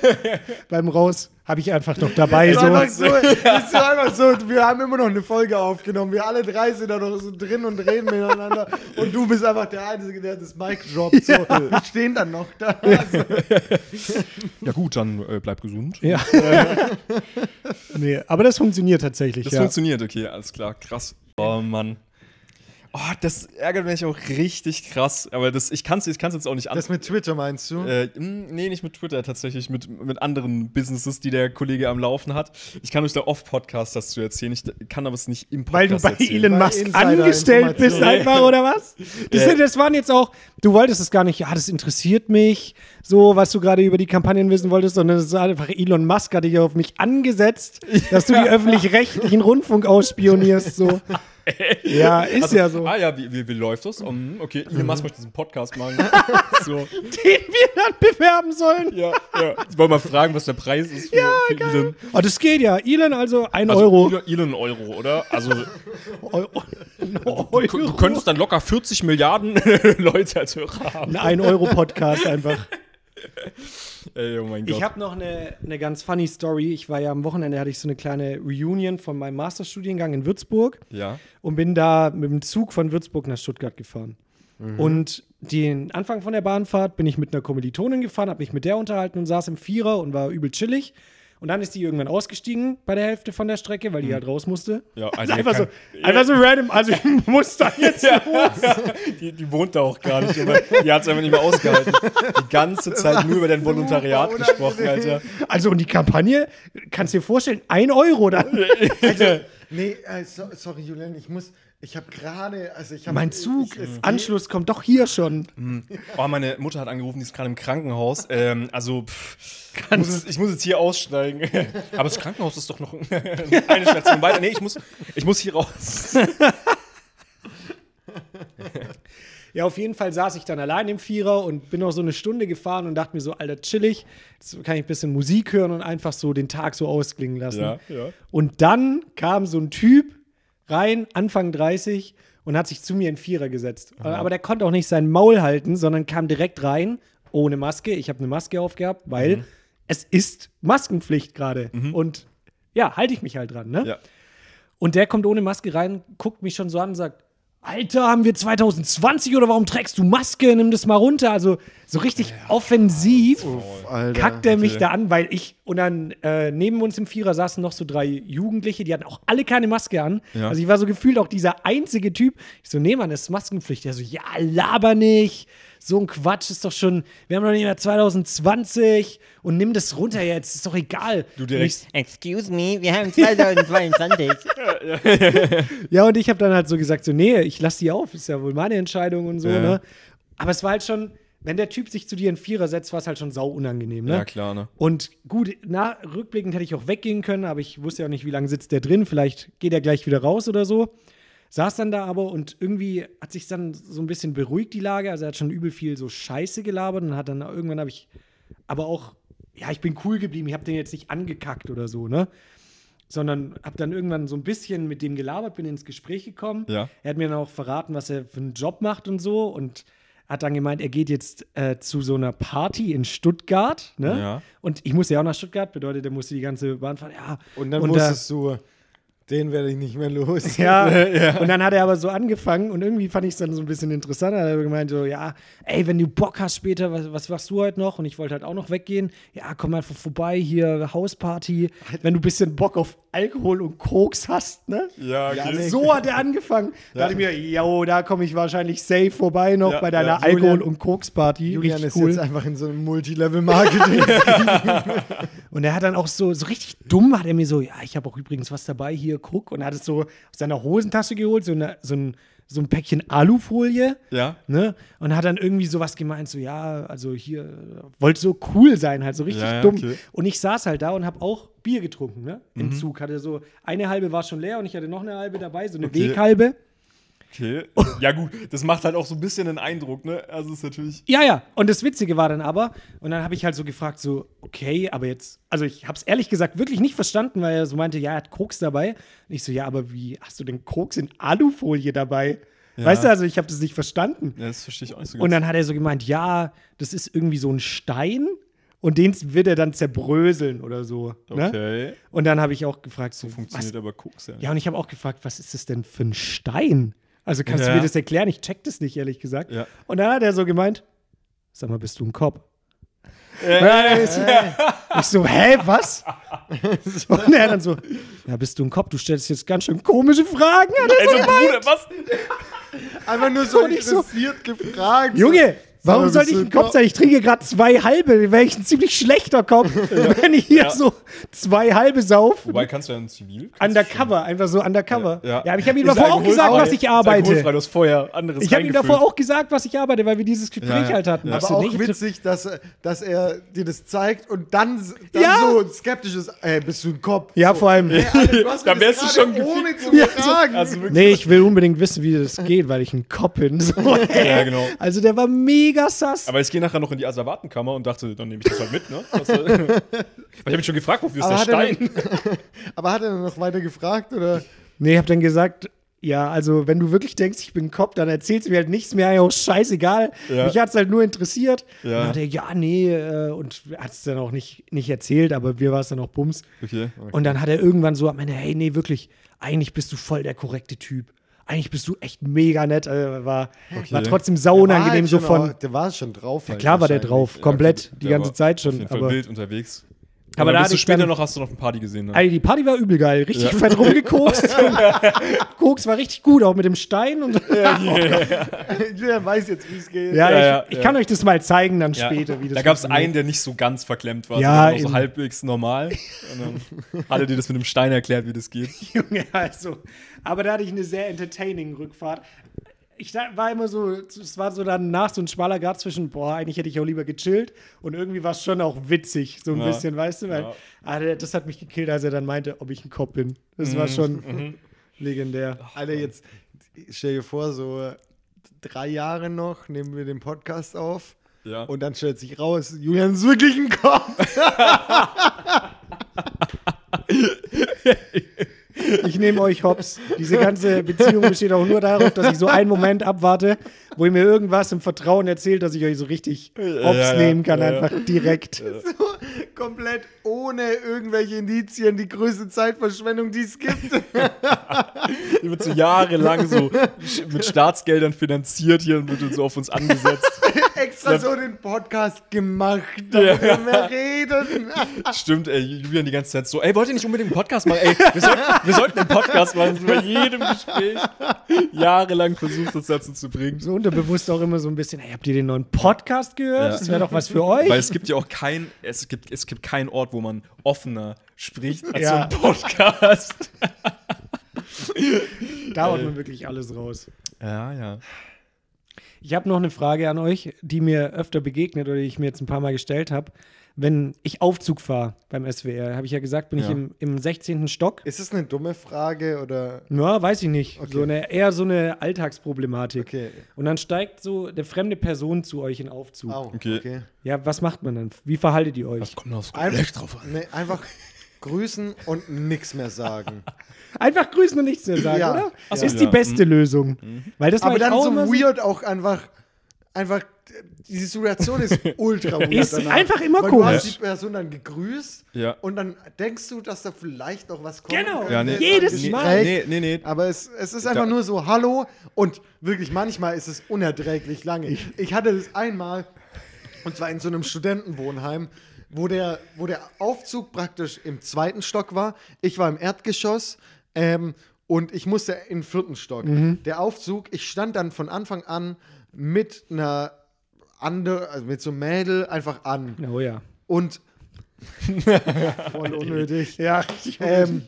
[SPEAKER 2] Beim Raus habe ich einfach noch dabei.
[SPEAKER 4] Das ist,
[SPEAKER 2] So.
[SPEAKER 4] einfach so, das ist einfach so, wir haben immer noch eine Folge aufgenommen. Wir alle drei sind da noch so drin und reden miteinander. Und du bist einfach der Einzige, der das Mic droppt. So. Wir stehen dann noch da.
[SPEAKER 3] ja gut, dann äh, bleib gesund.
[SPEAKER 2] Ja. nee, aber das funktioniert tatsächlich.
[SPEAKER 3] Das
[SPEAKER 2] ja.
[SPEAKER 3] funktioniert, okay, alles klar, krass. Oh Mann. Oh, das ärgert mich auch richtig krass. Aber das, ich kann es ich kann's jetzt auch nicht an.
[SPEAKER 4] Das mit Twitter meinst du?
[SPEAKER 3] Äh, mh, nee, nicht mit Twitter tatsächlich, mit, mit anderen Businesses, die der Kollege am Laufen hat. Ich kann euch da oft Podcasts dazu erzählen, ich kann aber es nicht im
[SPEAKER 2] Weil du
[SPEAKER 3] Podcast
[SPEAKER 2] bei
[SPEAKER 3] erzählen.
[SPEAKER 2] Elon
[SPEAKER 4] Bei
[SPEAKER 2] Musk angestellt bist
[SPEAKER 4] Insider-Informationen.
[SPEAKER 2] einfach, oder was? Das,
[SPEAKER 3] Äh.
[SPEAKER 2] sind, das waren jetzt auch, du wolltest es gar nicht, ja, das interessiert mich, so, was du gerade über die Kampagnen wissen wolltest, sondern es war einfach, Elon Musk hat dich auf mich angesetzt, dass du die öffentlich-rechtlichen Rundfunk ausspionierst, so. ja, ist ja so. Mhm.
[SPEAKER 3] Ah ja, wie, wie, wie läuft das? Um, okay, Elon Musk möchte diesen Podcast machen. so,
[SPEAKER 2] Den wir dann bewerben sollen.
[SPEAKER 3] ja, ja. Ich wollte mal fragen, was der Preis ist für, ja, für Elon.
[SPEAKER 2] Oh, das geht ja. Elon also ein
[SPEAKER 3] Also
[SPEAKER 2] Euro.
[SPEAKER 3] Elon- Elon Euro, oder? Also
[SPEAKER 2] Euro.
[SPEAKER 3] du, du könntest dann locker 40 Milliarden Leute als Hörer haben.
[SPEAKER 2] Ein Euro-Podcast einfach.
[SPEAKER 3] Ey, oh mein Gott.
[SPEAKER 2] Ich habe noch eine, eine ganz funny Story. Ich war ja am Wochenende, hatte ich so eine kleine Reunion von meinem Masterstudiengang in Würzburg
[SPEAKER 3] ja.
[SPEAKER 2] und bin da mit dem Zug von Würzburg nach Stuttgart gefahren. Und den Anfang von der Bahnfahrt bin ich mit einer Kommilitonin gefahren, habe mich mit der unterhalten und saß im Vierer und war übel chillig. Und dann ist die irgendwann ausgestiegen bei der Hälfte von der Strecke, weil die halt raus musste.
[SPEAKER 3] Ja,
[SPEAKER 2] also
[SPEAKER 3] also
[SPEAKER 2] einfach,
[SPEAKER 3] kann-
[SPEAKER 2] so, einfach so random. Also ich muss da jetzt.
[SPEAKER 3] Die, die wohnt da auch gar nicht. Aber die hat es einfach nicht mehr ausgehalten. Die ganze Zeit nur über dein Volontariat gesprochen, Alter.
[SPEAKER 2] Also und die Kampagne, kannst du dir vorstellen, ein Euro dann.
[SPEAKER 4] Nee, äh, so, sorry, Julian, ich muss. Ich habe gerade. Also ich hab,
[SPEAKER 2] Mein Zug,
[SPEAKER 4] ich- äh, es geht-
[SPEAKER 2] Anschluss kommt doch hier schon.
[SPEAKER 3] Oh, meine Mutter hat angerufen, die ist gerade im Krankenhaus. Ähm, also, pff, ich muss jetzt, ich muss jetzt hier aussteigen. Aber das Krankenhaus ist doch noch eine Station weiter. Nee, ich muss, ich muss hier raus.
[SPEAKER 2] Ja, auf jeden Fall saß ich dann allein im Vierer und bin noch so eine Stunde gefahren und dachte mir so, Alter, chillig, jetzt kann ich ein bisschen Musik hören und einfach so den Tag so ausklingen lassen.
[SPEAKER 3] Ja, ja.
[SPEAKER 2] Und dann kam so ein Typ rein, Anfang 30, und hat sich zu mir in Vierer gesetzt. Aber der konnte auch nicht sein Maul halten, sondern kam direkt rein, ohne Maske. Ich habe eine Maske aufgehabt,
[SPEAKER 3] Mhm.
[SPEAKER 2] weil es ist Maskenpflicht gerade. Und ja, halte ich mich halt dran, ne?
[SPEAKER 3] Ja.
[SPEAKER 2] Und der kommt ohne Maske rein, guckt mich schon so an und sagt: Alter, haben wir 2020 oder warum trägst du Maske? Nimm das mal runter. Also so richtig offensiv
[SPEAKER 4] Alter.
[SPEAKER 2] kackt er mich
[SPEAKER 3] Okay.
[SPEAKER 2] da an, weil ich und dann äh, neben uns im Vierer saßen noch so drei Jugendliche, die hatten auch alle keine Maske an.
[SPEAKER 3] Ja.
[SPEAKER 2] Also ich war so gefühlt auch dieser einzige Typ. Ich so, nee, Mann, das ist Maskenpflicht. Der so, ja, laber nicht. So ein Quatsch ist doch schon, wir haben doch nicht mehr 2020 und nimm das runter jetzt, ist doch egal.
[SPEAKER 3] Du direkt.
[SPEAKER 2] Und ich,
[SPEAKER 5] Excuse me, wir haben 2022.
[SPEAKER 2] Ja, und ich habe dann halt so gesagt, so, nee, ich lass die auf, ist ja wohl meine Entscheidung und so,
[SPEAKER 3] Ja.
[SPEAKER 2] ne? Aber es war halt schon, wenn der Typ sich zu dir in Vierer setzt, war es halt schon sau unangenehm, ne?
[SPEAKER 3] Ja, klar, ne?
[SPEAKER 2] Und gut, na, rückblickend hätte ich auch weggehen können, aber ich wusste ja auch nicht, wie lange sitzt der drin, vielleicht geht er gleich wieder raus oder so. Saß dann da aber und irgendwie hat sich dann so ein bisschen beruhigt, die Lage. Also er hat schon übel viel so Scheiße gelabert und hat dann irgendwann habe ich aber auch, ja, ich bin cool geblieben, ich habe den jetzt nicht angekackt oder so, ne? Sondern habe dann irgendwann so ein bisschen mit dem gelabert, bin ins Gespräch gekommen.
[SPEAKER 3] Ja.
[SPEAKER 2] Er hat mir dann auch verraten, was er für einen Job macht und so und hat dann gemeint, er geht jetzt äh, zu so einer Party in Stuttgart, ne?
[SPEAKER 3] Ja.
[SPEAKER 2] Und ich musste ja auch nach Stuttgart, bedeutet, er musste die ganze Bahn fahren, ja.
[SPEAKER 4] Und dann
[SPEAKER 2] da-
[SPEAKER 4] wusstest du, den werde ich nicht mehr los.
[SPEAKER 2] ja. Und dann hat er aber so angefangen und irgendwie fand ich es dann so ein bisschen interessant. Dann Hat er gemeint so, ja, ey, wenn du Bock hast später, was, was machst du heute noch? Und ich wollte halt auch noch weggehen. Ja, komm mal vorbei hier, Hausparty.
[SPEAKER 4] Halt.
[SPEAKER 2] Wenn du ein bisschen Bock auf Alkohol und Koks hast, ne?
[SPEAKER 3] Ja, ja
[SPEAKER 2] So hat er angefangen. Da dachte ich mir, yo, da komme ich wahrscheinlich safe vorbei noch
[SPEAKER 3] Ja,
[SPEAKER 2] bei deiner
[SPEAKER 3] ja.
[SPEAKER 2] Alkohol-
[SPEAKER 4] Julian-
[SPEAKER 2] und Koks-Party.
[SPEAKER 4] Julian
[SPEAKER 2] Richtig
[SPEAKER 4] ist jetzt einfach in so einem Multilevel-Marketing.
[SPEAKER 2] Und er hat dann auch so, so richtig dumm, hat er mir so, ja, ich habe auch übrigens was dabei, hier, guck. Und er hat es so aus seiner Hosentasche geholt, so, eine, so, ein, so ein Päckchen Alufolie.
[SPEAKER 3] Ja.
[SPEAKER 2] Ne? Und hat dann irgendwie sowas gemeint, so, ja, also hier, äh, wollte so cool sein, halt so richtig
[SPEAKER 3] Ja, ja,
[SPEAKER 2] dumm.
[SPEAKER 3] okay. Mhm.
[SPEAKER 2] Und ich saß halt da und habe auch Bier getrunken, ne? Im Zug. Hatte so, eine halbe war schon leer und ich hatte noch eine halbe dabei, so eine
[SPEAKER 3] Okay.
[SPEAKER 2] Weghalbe.
[SPEAKER 3] Okay. Ja, gut. Das macht halt auch so ein bisschen den Eindruck, ne? Also, ist natürlich.
[SPEAKER 2] Ja, ja. Und das Witzige war dann aber, und dann habe ich halt so gefragt, so, okay, aber jetzt, also ich habe es ehrlich gesagt wirklich nicht verstanden, weil er so meinte, ja, er hat Koks dabei. Und ich so, ja, aber wie hast du denn Koks in Alufolie dabei? Weißt du, also ich habe das nicht verstanden.
[SPEAKER 3] Ja, das verstehe ich auch nicht so
[SPEAKER 2] Und dann hat er so gemeint, ja, das ist irgendwie so ein Stein und den wird er dann zerbröseln oder so. Ne?
[SPEAKER 3] Okay.
[SPEAKER 2] Und dann habe ich auch gefragt, so, was,
[SPEAKER 3] Funktioniert aber Koks ja nicht.
[SPEAKER 2] ja, und ich habe auch gefragt, was ist das denn für ein Stein? Also kannst
[SPEAKER 3] Ja.
[SPEAKER 2] du mir das erklären? Ich check das nicht, ehrlich gesagt.
[SPEAKER 3] Ja.
[SPEAKER 2] Und dann hat er so gemeint, sag mal, bist du ein Cop? Äh, Ich so, hä, was? Und er dann so, ja, bist du ein Cop? Du stellst jetzt ganz schön komische Fragen. Hat er
[SPEAKER 3] Also, Bruder, was?
[SPEAKER 4] einfach nur so
[SPEAKER 2] Und ich so-
[SPEAKER 4] interessiert gefragt.
[SPEAKER 2] so, Junge, warum
[SPEAKER 4] bist
[SPEAKER 2] sollte ich
[SPEAKER 4] du
[SPEAKER 2] ein
[SPEAKER 4] ein
[SPEAKER 2] Cop
[SPEAKER 4] Cop?
[SPEAKER 2] sein? Ich trinke gerade zwei halbe, dann wäre ich ein ziemlich schlechter Cop, wenn ich hier
[SPEAKER 3] Ja.
[SPEAKER 2] so zwei halbe sauf.
[SPEAKER 3] Wobei, kannst du ja ein Zivil? kannst du schon-
[SPEAKER 2] Undercover, einfach so undercover. Ja,
[SPEAKER 3] Ja.
[SPEAKER 2] aber ich habe ihm
[SPEAKER 3] Ist
[SPEAKER 2] davor auch gesagt,
[SPEAKER 3] alkoholfrei.
[SPEAKER 2] was ich
[SPEAKER 3] Ist
[SPEAKER 2] arbeite.
[SPEAKER 3] alkoholfrei, Du hast vorher anderes
[SPEAKER 2] Ich habe ihm davor
[SPEAKER 3] reingefüllt.
[SPEAKER 2] auch gesagt, was ich arbeite, weil wir dieses Gespräch
[SPEAKER 3] Ja, ja.
[SPEAKER 2] halt hatten.
[SPEAKER 3] Ja.
[SPEAKER 2] Ach
[SPEAKER 4] Aber
[SPEAKER 2] so,
[SPEAKER 4] auch
[SPEAKER 2] nee, ich-
[SPEAKER 4] witzig, dass, er- dass er dir das zeigt und dann, s- dann
[SPEAKER 2] Ja.
[SPEAKER 4] so skeptisch ist. Ey, bist du ein Kopf?
[SPEAKER 2] Ja, vor allem.
[SPEAKER 3] Dann wärst du schon
[SPEAKER 4] ohne zu
[SPEAKER 2] Ja, so-
[SPEAKER 4] fragen.
[SPEAKER 3] Also wirklich.
[SPEAKER 2] Nee, ich will unbedingt wissen, wie das geht, weil ich ein Cop bin. So,
[SPEAKER 3] Ja, genau.
[SPEAKER 2] Also der war mega sass.
[SPEAKER 3] Aber ich gehe nachher noch in die Asservatenkammer und dachte, dann nehme ich das halt mit, ne? Das, äh, Weil ich habe mich schon gefragt, wofür ist
[SPEAKER 4] Aber
[SPEAKER 3] der
[SPEAKER 4] hat er
[SPEAKER 3] Stein?
[SPEAKER 4] Aber hat er noch weiter gefragt oder?
[SPEAKER 2] Nee, ich habe dann gesagt, Ja, also wenn du wirklich denkst, ich bin Cop, dann erzählst du mir halt nichts mehr, ja, oh, scheißegal.
[SPEAKER 3] Ja.
[SPEAKER 2] Mich hat's halt nur interessiert.
[SPEAKER 3] Ja.
[SPEAKER 2] Ja. Dann hat er, ja, nee, äh, und hat's dann auch nicht, nicht erzählt, aber mir war es dann auch Bums.
[SPEAKER 3] Okay.
[SPEAKER 2] Und dann hat er irgendwann so am Ende, hey, nee, wirklich, eigentlich bist du voll der korrekte Typ. Eigentlich bist du echt mega nett. Äh, war, war trotzdem sau unangenehm,
[SPEAKER 4] halt
[SPEAKER 2] so
[SPEAKER 4] schon
[SPEAKER 2] von.
[SPEAKER 4] au- Der war schon drauf. halt
[SPEAKER 2] Klar war der
[SPEAKER 4] wahrscheinlich.
[SPEAKER 2] drauf, komplett,
[SPEAKER 3] genau Ja,
[SPEAKER 2] die
[SPEAKER 3] der
[SPEAKER 2] ganze
[SPEAKER 3] war
[SPEAKER 2] Zeit
[SPEAKER 3] Auf
[SPEAKER 2] schon.
[SPEAKER 3] jeden Fall
[SPEAKER 2] Aber
[SPEAKER 3] wild unterwegs. Und
[SPEAKER 2] Aber
[SPEAKER 3] dann
[SPEAKER 2] da
[SPEAKER 3] bist
[SPEAKER 2] hatte
[SPEAKER 3] du
[SPEAKER 2] ich
[SPEAKER 3] später
[SPEAKER 2] dann-
[SPEAKER 3] noch, hast du noch eine Party gesehen. Ne?
[SPEAKER 2] Alter, die Party war übel geil. Richtig
[SPEAKER 3] Ja.
[SPEAKER 2] fett rumgekokst. Koks war richtig gut, auch mit dem Stein. Und
[SPEAKER 4] Julian weiß jetzt, wie es geht.
[SPEAKER 2] ja,
[SPEAKER 3] Ja, ja,
[SPEAKER 2] ich, ich
[SPEAKER 3] ja.
[SPEAKER 2] kann euch das mal zeigen dann später, wie das
[SPEAKER 3] da gab es einen,
[SPEAKER 2] funktioniert.
[SPEAKER 3] der nicht so ganz verklemmt war,
[SPEAKER 2] Ja,
[SPEAKER 3] sondern nur so
[SPEAKER 2] eben.
[SPEAKER 3] halbwegs normal. Und dann hat er dir das mit dem Stein erklärt, wie das geht.
[SPEAKER 2] Junge, also. Aber da hatte ich eine sehr entertaining Rückfahrt. Ich da- war immer so, es war so danach so ein schmaler Grad zwischen, boah, eigentlich hätte ich auch lieber gechillt und irgendwie war es schon auch witzig, so ein
[SPEAKER 3] Ja.
[SPEAKER 2] bisschen, weißt du, weil
[SPEAKER 3] Ja.
[SPEAKER 2] Alter, das hat mich gekillt, als er dann meinte, ob ich ein Kopf bin. Das
[SPEAKER 3] Mhm.
[SPEAKER 2] war schon legendär.
[SPEAKER 4] Alter, jetzt stell dir vor, so drei Jahre noch nehmen wir den Podcast auf.
[SPEAKER 3] Ja.
[SPEAKER 4] Und dann stellt sich raus, Julian ist wirklich ein Kopf.
[SPEAKER 2] Ich nehme euch hops. Diese ganze Beziehung besteht auch nur darauf, dass ich so einen Moment abwarte, wo ihr mir irgendwas im Vertrauen erzählt, dass ich euch so richtig hops
[SPEAKER 3] ja,
[SPEAKER 2] nehmen kann,
[SPEAKER 3] ja, ja.
[SPEAKER 2] einfach direkt.
[SPEAKER 4] So, komplett ohne irgendwelche Indizien, die größte Zeitverschwendung, die es gibt.
[SPEAKER 3] Die wird so jahrelang so mit Staatsgeldern finanziert hier und wird dann so auf uns angesetzt.
[SPEAKER 4] Extra so den Podcast gemacht, damit wir mehr reden.
[SPEAKER 3] Stimmt, ey, Julian die ganze Zeit so, ey, wollt ihr nicht unbedingt einen Podcast machen? Ey, wir sollten, wir sollten einen Podcast machen, bei jedem Gespräch. Jahrelang versucht, uns dazu zu bringen.
[SPEAKER 2] So unterbewusst auch immer so ein bisschen, hey, habt ihr den neuen Podcast gehört?
[SPEAKER 3] Ja.
[SPEAKER 2] Das wäre doch was für euch.
[SPEAKER 3] Weil es gibt ja auch kein, es gibt, es gibt keinen Ort, wo man offener spricht als
[SPEAKER 2] Ja.
[SPEAKER 3] so ein Podcast.
[SPEAKER 2] da
[SPEAKER 4] äh,
[SPEAKER 2] haut man wirklich alles raus.
[SPEAKER 3] Ja, ja.
[SPEAKER 2] Ich habe noch eine Frage an euch, die mir öfter begegnet oder die ich mir jetzt ein paar Mal gestellt habe. Wenn ich Aufzug fahre beim SWR, habe ich ja gesagt, bin ich
[SPEAKER 3] Ja.
[SPEAKER 2] im, im 16. Stock.
[SPEAKER 4] Ist das eine dumme Frage oder?
[SPEAKER 2] Ja, weiß ich nicht.
[SPEAKER 4] Okay.
[SPEAKER 2] So eine, eher so eine Alltagsproblematik.
[SPEAKER 4] Okay.
[SPEAKER 2] Und dann steigt so eine fremde Person zu euch in Aufzug.
[SPEAKER 4] Au,
[SPEAKER 3] Okay.
[SPEAKER 2] Ja, was macht man dann? Wie verhaltet ihr euch?
[SPEAKER 3] kommt aufs
[SPEAKER 4] Einfach, Nee, einfach grüßen und nichts mehr sagen.
[SPEAKER 2] Einfach grüßen und nichts mehr sagen,
[SPEAKER 4] Ja. Mhm.
[SPEAKER 2] oder?
[SPEAKER 3] Ach
[SPEAKER 2] Das
[SPEAKER 3] so,
[SPEAKER 2] ist
[SPEAKER 3] ja.
[SPEAKER 2] die beste Lösung. Weil das
[SPEAKER 4] Aber
[SPEAKER 2] mache ich
[SPEAKER 4] dann
[SPEAKER 2] auch
[SPEAKER 4] so
[SPEAKER 2] immer
[SPEAKER 4] weird auch einfach, einfach, die Situation ist ultra weird.
[SPEAKER 2] Ist
[SPEAKER 4] danach.
[SPEAKER 2] einfach immer
[SPEAKER 4] Weil
[SPEAKER 2] komisch.
[SPEAKER 4] Du hast die Person dann gegrüßt
[SPEAKER 3] Ja.
[SPEAKER 4] und dann denkst du, dass da vielleicht noch was kommt.
[SPEAKER 2] Genau.
[SPEAKER 3] Ja, nee.
[SPEAKER 2] Jedes
[SPEAKER 3] nee,
[SPEAKER 2] Mal.
[SPEAKER 3] Nee, nee, nee.
[SPEAKER 4] Aber es, es ist einfach
[SPEAKER 3] Da-
[SPEAKER 4] nur so, hallo. Und wirklich, manchmal ist es unerträglich lange. Ich hatte das einmal, und zwar in so einem Studentenwohnheim, wo der, wo der Aufzug praktisch im zweiten Stock war. Ich war im Erdgeschoss ähm, und ich musste in den vierten Stock. Der Aufzug, ich stand dann von Anfang an mit einer andere, also mit so einem Mädel einfach an.
[SPEAKER 2] Oh ja.
[SPEAKER 4] Und voll unnötig.
[SPEAKER 2] Ja,
[SPEAKER 4] Ähm,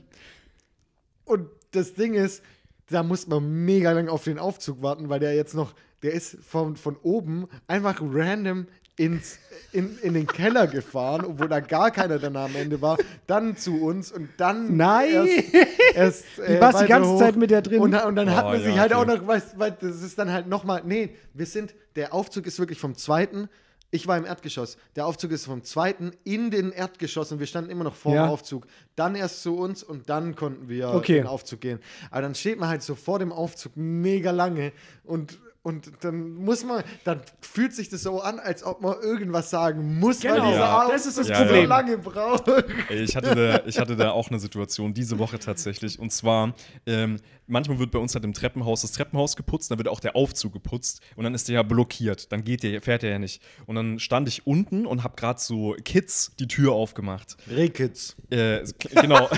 [SPEAKER 4] und das Ding ist, da muss man mega lang auf den Aufzug warten, weil der jetzt noch, der ist von, von oben einfach random ins, in, in den Keller gefahren, obwohl da gar keiner dann am Ende war, dann zu uns und dann
[SPEAKER 2] Nein.
[SPEAKER 4] erst, erst äh,
[SPEAKER 2] warst die
[SPEAKER 4] weiter
[SPEAKER 2] ganze
[SPEAKER 4] hoch.
[SPEAKER 2] Zeit mit der drin.
[SPEAKER 4] Und, und dann hat
[SPEAKER 3] Oh,
[SPEAKER 4] man
[SPEAKER 3] ja,
[SPEAKER 4] sich halt
[SPEAKER 3] okay.
[SPEAKER 4] auch noch, weißt, weißt, das ist dann halt nochmal, nee, wir sind, der Aufzug ist wirklich vom zweiten, ich war im Erdgeschoss, der Aufzug ist vom zweiten in den Erdgeschoss und wir standen immer noch vor
[SPEAKER 2] Ja.
[SPEAKER 4] dem Aufzug. Dann erst zu uns und dann konnten wir
[SPEAKER 2] Okay.
[SPEAKER 4] in den Aufzug gehen. Aber dann steht man halt so vor dem Aufzug mega lange und und dann muss man, dann fühlt sich das so an, als ob man irgendwas sagen muss,
[SPEAKER 2] Genau.
[SPEAKER 4] weil dieser
[SPEAKER 3] Ja.
[SPEAKER 4] Aufzug
[SPEAKER 2] Das ist das
[SPEAKER 4] so
[SPEAKER 3] Problem.
[SPEAKER 4] lange braucht.
[SPEAKER 3] Ey, ich, hatte da, ich hatte da auch eine Situation diese Woche tatsächlich. Und zwar, ähm, manchmal wird bei uns halt im Treppenhaus das Treppenhaus geputzt, dann wird auch der Aufzug geputzt und dann ist der ja blockiert. Dann geht der, fährt der ja nicht. Und dann stand ich unten und habe gerade so Kids die Tür aufgemacht.
[SPEAKER 4] Rickets.
[SPEAKER 3] Äh, genau.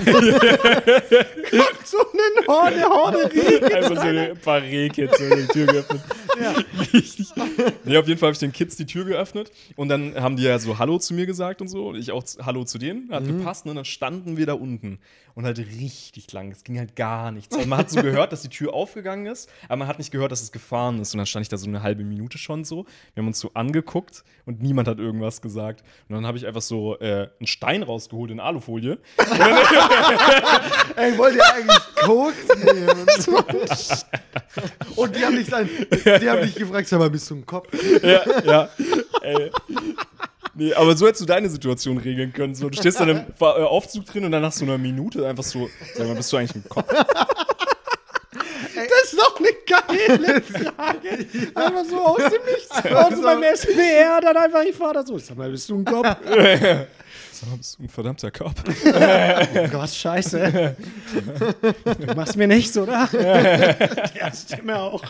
[SPEAKER 2] So eine Horde, Horde.
[SPEAKER 3] Einfach so ein paar Rehkids so die Tür geöffnet. Richtig. Nee, auf jeden Fall habe ich den Kids die Tür geöffnet und dann haben die ja so Hallo zu mir gesagt und so. Und ich auch z- Hallo zu denen. Hat gepasst. ne? Und dann standen wir da unten. Und halt richtig lang. Es ging halt gar nichts. Und man hat so gehört, dass die Tür aufgegangen ist, aber man hat nicht gehört, dass es gefahren ist. Und dann stand ich da so eine halbe Minute schon so. Wir haben uns so angeguckt und niemand hat irgendwas gesagt. Und dann habe ich einfach so äh, einen Stein rausgeholt in Alufolie.
[SPEAKER 4] Ey, wollt ihr eigentlich Koks nehmen? Und die haben nicht, ein, die haben nicht gefragt, sag mal, bist du ein Kopf?
[SPEAKER 3] ja, ja. Ey. Nee, aber so hättest du deine Situation regeln können. So, du stehst dann im Fa- äh, Aufzug drin und dann nach so einer Minute einfach so, sag mal, bist du eigentlich im Kopf?
[SPEAKER 4] Ey,
[SPEAKER 2] ist doch eine geile Frage. Einfach so aus dem Nichts. Also beim SBR dann einfach, ich fahre da so. Ich sag mal, bist du ein Kopf?
[SPEAKER 3] Sag mal, bist du ein verdammter Kopf.
[SPEAKER 2] Oh Gott, scheiße. Du machst mir nichts, oder? Ja, Stimme auch.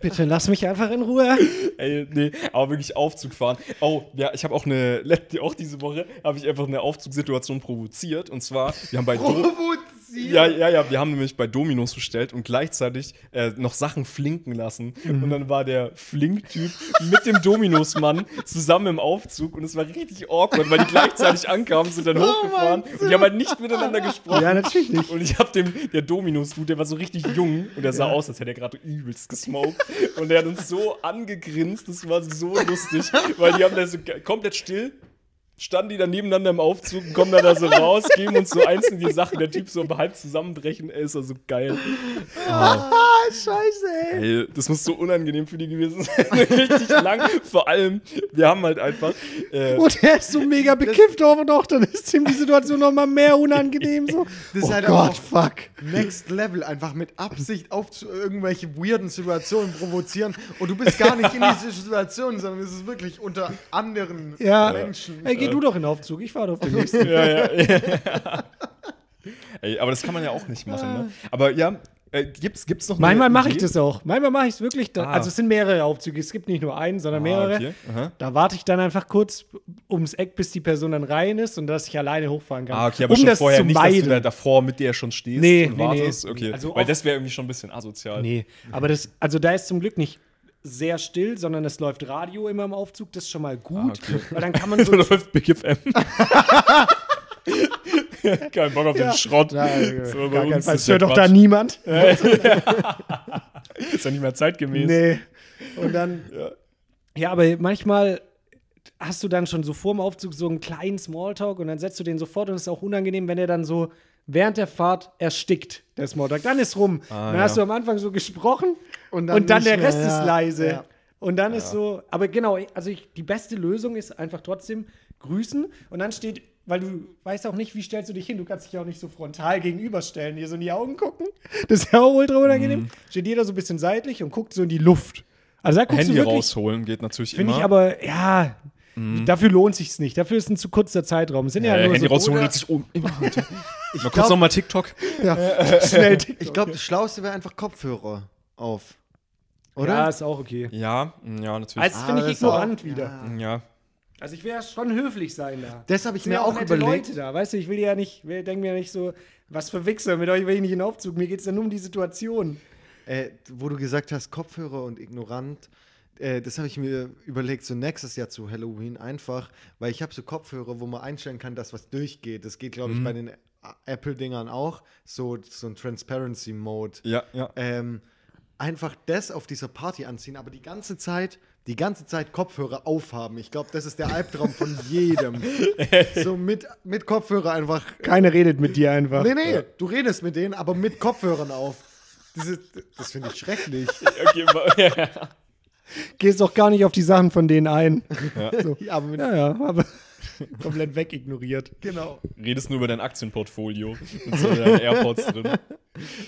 [SPEAKER 2] Bitte lass mich einfach in Ruhe.
[SPEAKER 3] Ey, nee, aber wirklich Aufzug fahren. Oh, ja, ich habe auch eine, let- auch diese Woche habe ich einfach eine Aufzugssituation provoziert. Und zwar, wir haben bei Do
[SPEAKER 4] Provoziert.
[SPEAKER 3] ja, ja, ja, wir haben nämlich bei Dominos bestellt und gleichzeitig äh, noch Sachen flinken lassen. Und dann war der Flink-Typ mit dem Dominos-Mann zusammen im Aufzug und es war richtig awkward, weil die gleichzeitig ankamen, sind dann hochgefahren und die haben halt nicht miteinander gesprochen.
[SPEAKER 2] Ja, natürlich nicht.
[SPEAKER 3] Und ich hab dem, der Dominus-Dude, der war so richtig jung und der sah aus, als hätte er gerade übelst gesmoked. und der hat uns so angegrinst, das war so lustig, weil die haben da so ge- komplett still, standen die dann nebeneinander im Aufzug, und kommen dann da so raus, geben uns so einzeln die Sachen, der Typ so um halb zusammenbrechen, ey, ist also geil.
[SPEAKER 2] Ah, Scheiße, ey.
[SPEAKER 3] Ey, das muss so unangenehm für die gewesen sein, richtig lang. Vor allem, wir haben halt einfach, äh,
[SPEAKER 2] Und er Oh, ist so mega bekifft auf und auch dann ist ihm die Situation noch mal mehr unangenehm. So.
[SPEAKER 4] Das ist
[SPEAKER 2] oh
[SPEAKER 4] halt
[SPEAKER 2] Gott,
[SPEAKER 4] auch-
[SPEAKER 2] fuck.
[SPEAKER 4] Next Level, einfach mit Absicht auf zu irgendwelche weirden Situationen provozieren und du bist gar nicht in dieser Situation, sondern es ist wirklich unter anderen
[SPEAKER 2] Ja.
[SPEAKER 4] Menschen.
[SPEAKER 2] Ey, geh du doch in den Aufzug, ich fahre auf den nächsten.
[SPEAKER 3] ja, ja. Ey, aber das kann man ja auch nicht machen, ne?
[SPEAKER 2] Ah.
[SPEAKER 3] Aber ja, äh, gibt's, gibt's noch eine
[SPEAKER 2] Manchmal mache ich
[SPEAKER 3] Idee?
[SPEAKER 2] das auch. Manchmal mache ich es wirklich. Da,
[SPEAKER 3] Ah.
[SPEAKER 2] Also es sind mehrere Aufzüge. Es gibt nicht nur einen, sondern
[SPEAKER 3] Ah,
[SPEAKER 2] mehrere.
[SPEAKER 3] okay. Aha.
[SPEAKER 2] Da warte ich dann einfach kurz ums Eck, bis die Person dann rein ist und dass ich alleine hochfahren kann.
[SPEAKER 3] Ah, okay, aber
[SPEAKER 2] um
[SPEAKER 3] schon
[SPEAKER 2] das
[SPEAKER 3] vorher
[SPEAKER 2] zu
[SPEAKER 3] nicht, dass du
[SPEAKER 2] meiden.
[SPEAKER 3] da davor mit der schon stehst
[SPEAKER 2] Nee, nee,
[SPEAKER 3] und
[SPEAKER 2] nee.
[SPEAKER 3] wartest. Okay.
[SPEAKER 2] Also
[SPEAKER 3] Weil
[SPEAKER 2] oft-
[SPEAKER 3] das wäre irgendwie schon ein bisschen asozial.
[SPEAKER 2] nee, aber das, also da ist zum Glück nicht sehr still, sondern es läuft Radio immer im Aufzug. Das ist schon mal gut,
[SPEAKER 3] Ah, okay.
[SPEAKER 2] weil dann kann man
[SPEAKER 3] So
[SPEAKER 2] so.
[SPEAKER 3] läuft Big FM. Kein Bock auf den Schrott.
[SPEAKER 2] Nein,
[SPEAKER 3] So,
[SPEAKER 2] so
[SPEAKER 3] bei
[SPEAKER 2] gar
[SPEAKER 3] uns
[SPEAKER 2] keinen Fall.
[SPEAKER 3] ist
[SPEAKER 2] Es hört
[SPEAKER 3] der
[SPEAKER 2] doch da
[SPEAKER 3] Quatsch.
[SPEAKER 2] niemand.
[SPEAKER 3] Ist ja nicht mehr zeitgemäß.
[SPEAKER 2] Nee. Und dann. ja. aber manchmal hast du dann schon so vor dem Aufzug so einen kleinen Smalltalk und dann setzt du den sofort und es ist auch unangenehm, wenn er dann so während der Fahrt erstickt, der Smalltalk. Dann ist rum. dann
[SPEAKER 3] ja.
[SPEAKER 2] hast du am Anfang so gesprochen und
[SPEAKER 4] Und
[SPEAKER 2] dann,
[SPEAKER 4] dann nicht
[SPEAKER 2] der
[SPEAKER 4] mehr,
[SPEAKER 2] Rest
[SPEAKER 4] ja,
[SPEAKER 2] ist leise.
[SPEAKER 4] ja.
[SPEAKER 2] Und dann ist so, aber genau, also ich, die beste Lösung ist einfach trotzdem grüßen und dann steht, weil du weißt auch nicht, wie stellst du dich hin, du kannst dich ja auch nicht so frontal gegenüberstellen, dir so in die Augen gucken. Das ist ja auch ultra unangenehm. Steht jeder so ein bisschen seitlich und guckt so in die Luft. Also da guckst
[SPEAKER 3] Handy Ne?
[SPEAKER 2] du wirklich,
[SPEAKER 3] rausholen geht natürlich
[SPEAKER 2] finde
[SPEAKER 3] immer.
[SPEAKER 2] ich aber, ja, dafür lohnt sich's nicht. Dafür ist ein zu kurzer Zeitraum. Es Sind ja,
[SPEAKER 3] äh,
[SPEAKER 2] nur
[SPEAKER 3] Handy
[SPEAKER 2] so
[SPEAKER 3] rausholen
[SPEAKER 4] oder-
[SPEAKER 3] geht sich um. Immer. Ich mal kurz
[SPEAKER 4] glaub-
[SPEAKER 3] nochmal TikTok.
[SPEAKER 2] schnell
[SPEAKER 4] Ich glaube, das Schlauste wäre einfach Kopfhörer auf. Oder?
[SPEAKER 2] Ja, ist auch okay.
[SPEAKER 3] Ja, ja, natürlich.
[SPEAKER 2] Also, das finde
[SPEAKER 4] Ah,
[SPEAKER 2] ich
[SPEAKER 4] das auch-
[SPEAKER 2] ignorant wieder.
[SPEAKER 3] ja.
[SPEAKER 2] Also ich will ja schon höflich sein da.
[SPEAKER 4] Das habe ich
[SPEAKER 2] Sind
[SPEAKER 4] mir
[SPEAKER 2] ja
[SPEAKER 4] auch
[SPEAKER 2] nette
[SPEAKER 4] überlegt.
[SPEAKER 2] Leute da, weißt du, ich will ja nicht, wir denken mir ja nicht so, was für Wichser, mit euch will ich nicht in den Aufzug, mir geht es ja nur um die Situation.
[SPEAKER 4] Äh, wo du gesagt hast, Kopfhörer und ignorant, äh, das habe ich mir überlegt, so nächstes Jahr zu Halloween einfach, weil ich habe so Kopfhörer, wo man einstellen kann, dass was durchgeht. Das geht, glaube ich, bei den A- Apple-Dingern auch. So, so ein Transparency-Mode.
[SPEAKER 3] Ja, ja.
[SPEAKER 4] Ähm, einfach das auf dieser Party anziehen, aber die ganze Zeit, die ganze Zeit Kopfhörer aufhaben. Ich glaube, das ist der Albtraum von jedem. So mit, mit Kopfhörer einfach.
[SPEAKER 2] Keiner redet mit dir einfach.
[SPEAKER 4] Nee, nee, du redest mit denen, aber mit Kopfhörern auf. Das, ist- das finde ich schrecklich.
[SPEAKER 3] Okay, wa-
[SPEAKER 2] Gehst doch gar nicht auf die Sachen von denen ein.
[SPEAKER 4] Ja, aber mit,
[SPEAKER 2] Ja, ja, aber komplett weg ignoriert.
[SPEAKER 4] genau.
[SPEAKER 3] Redest nur über dein Aktienportfolio mit so deinen AirPods drin.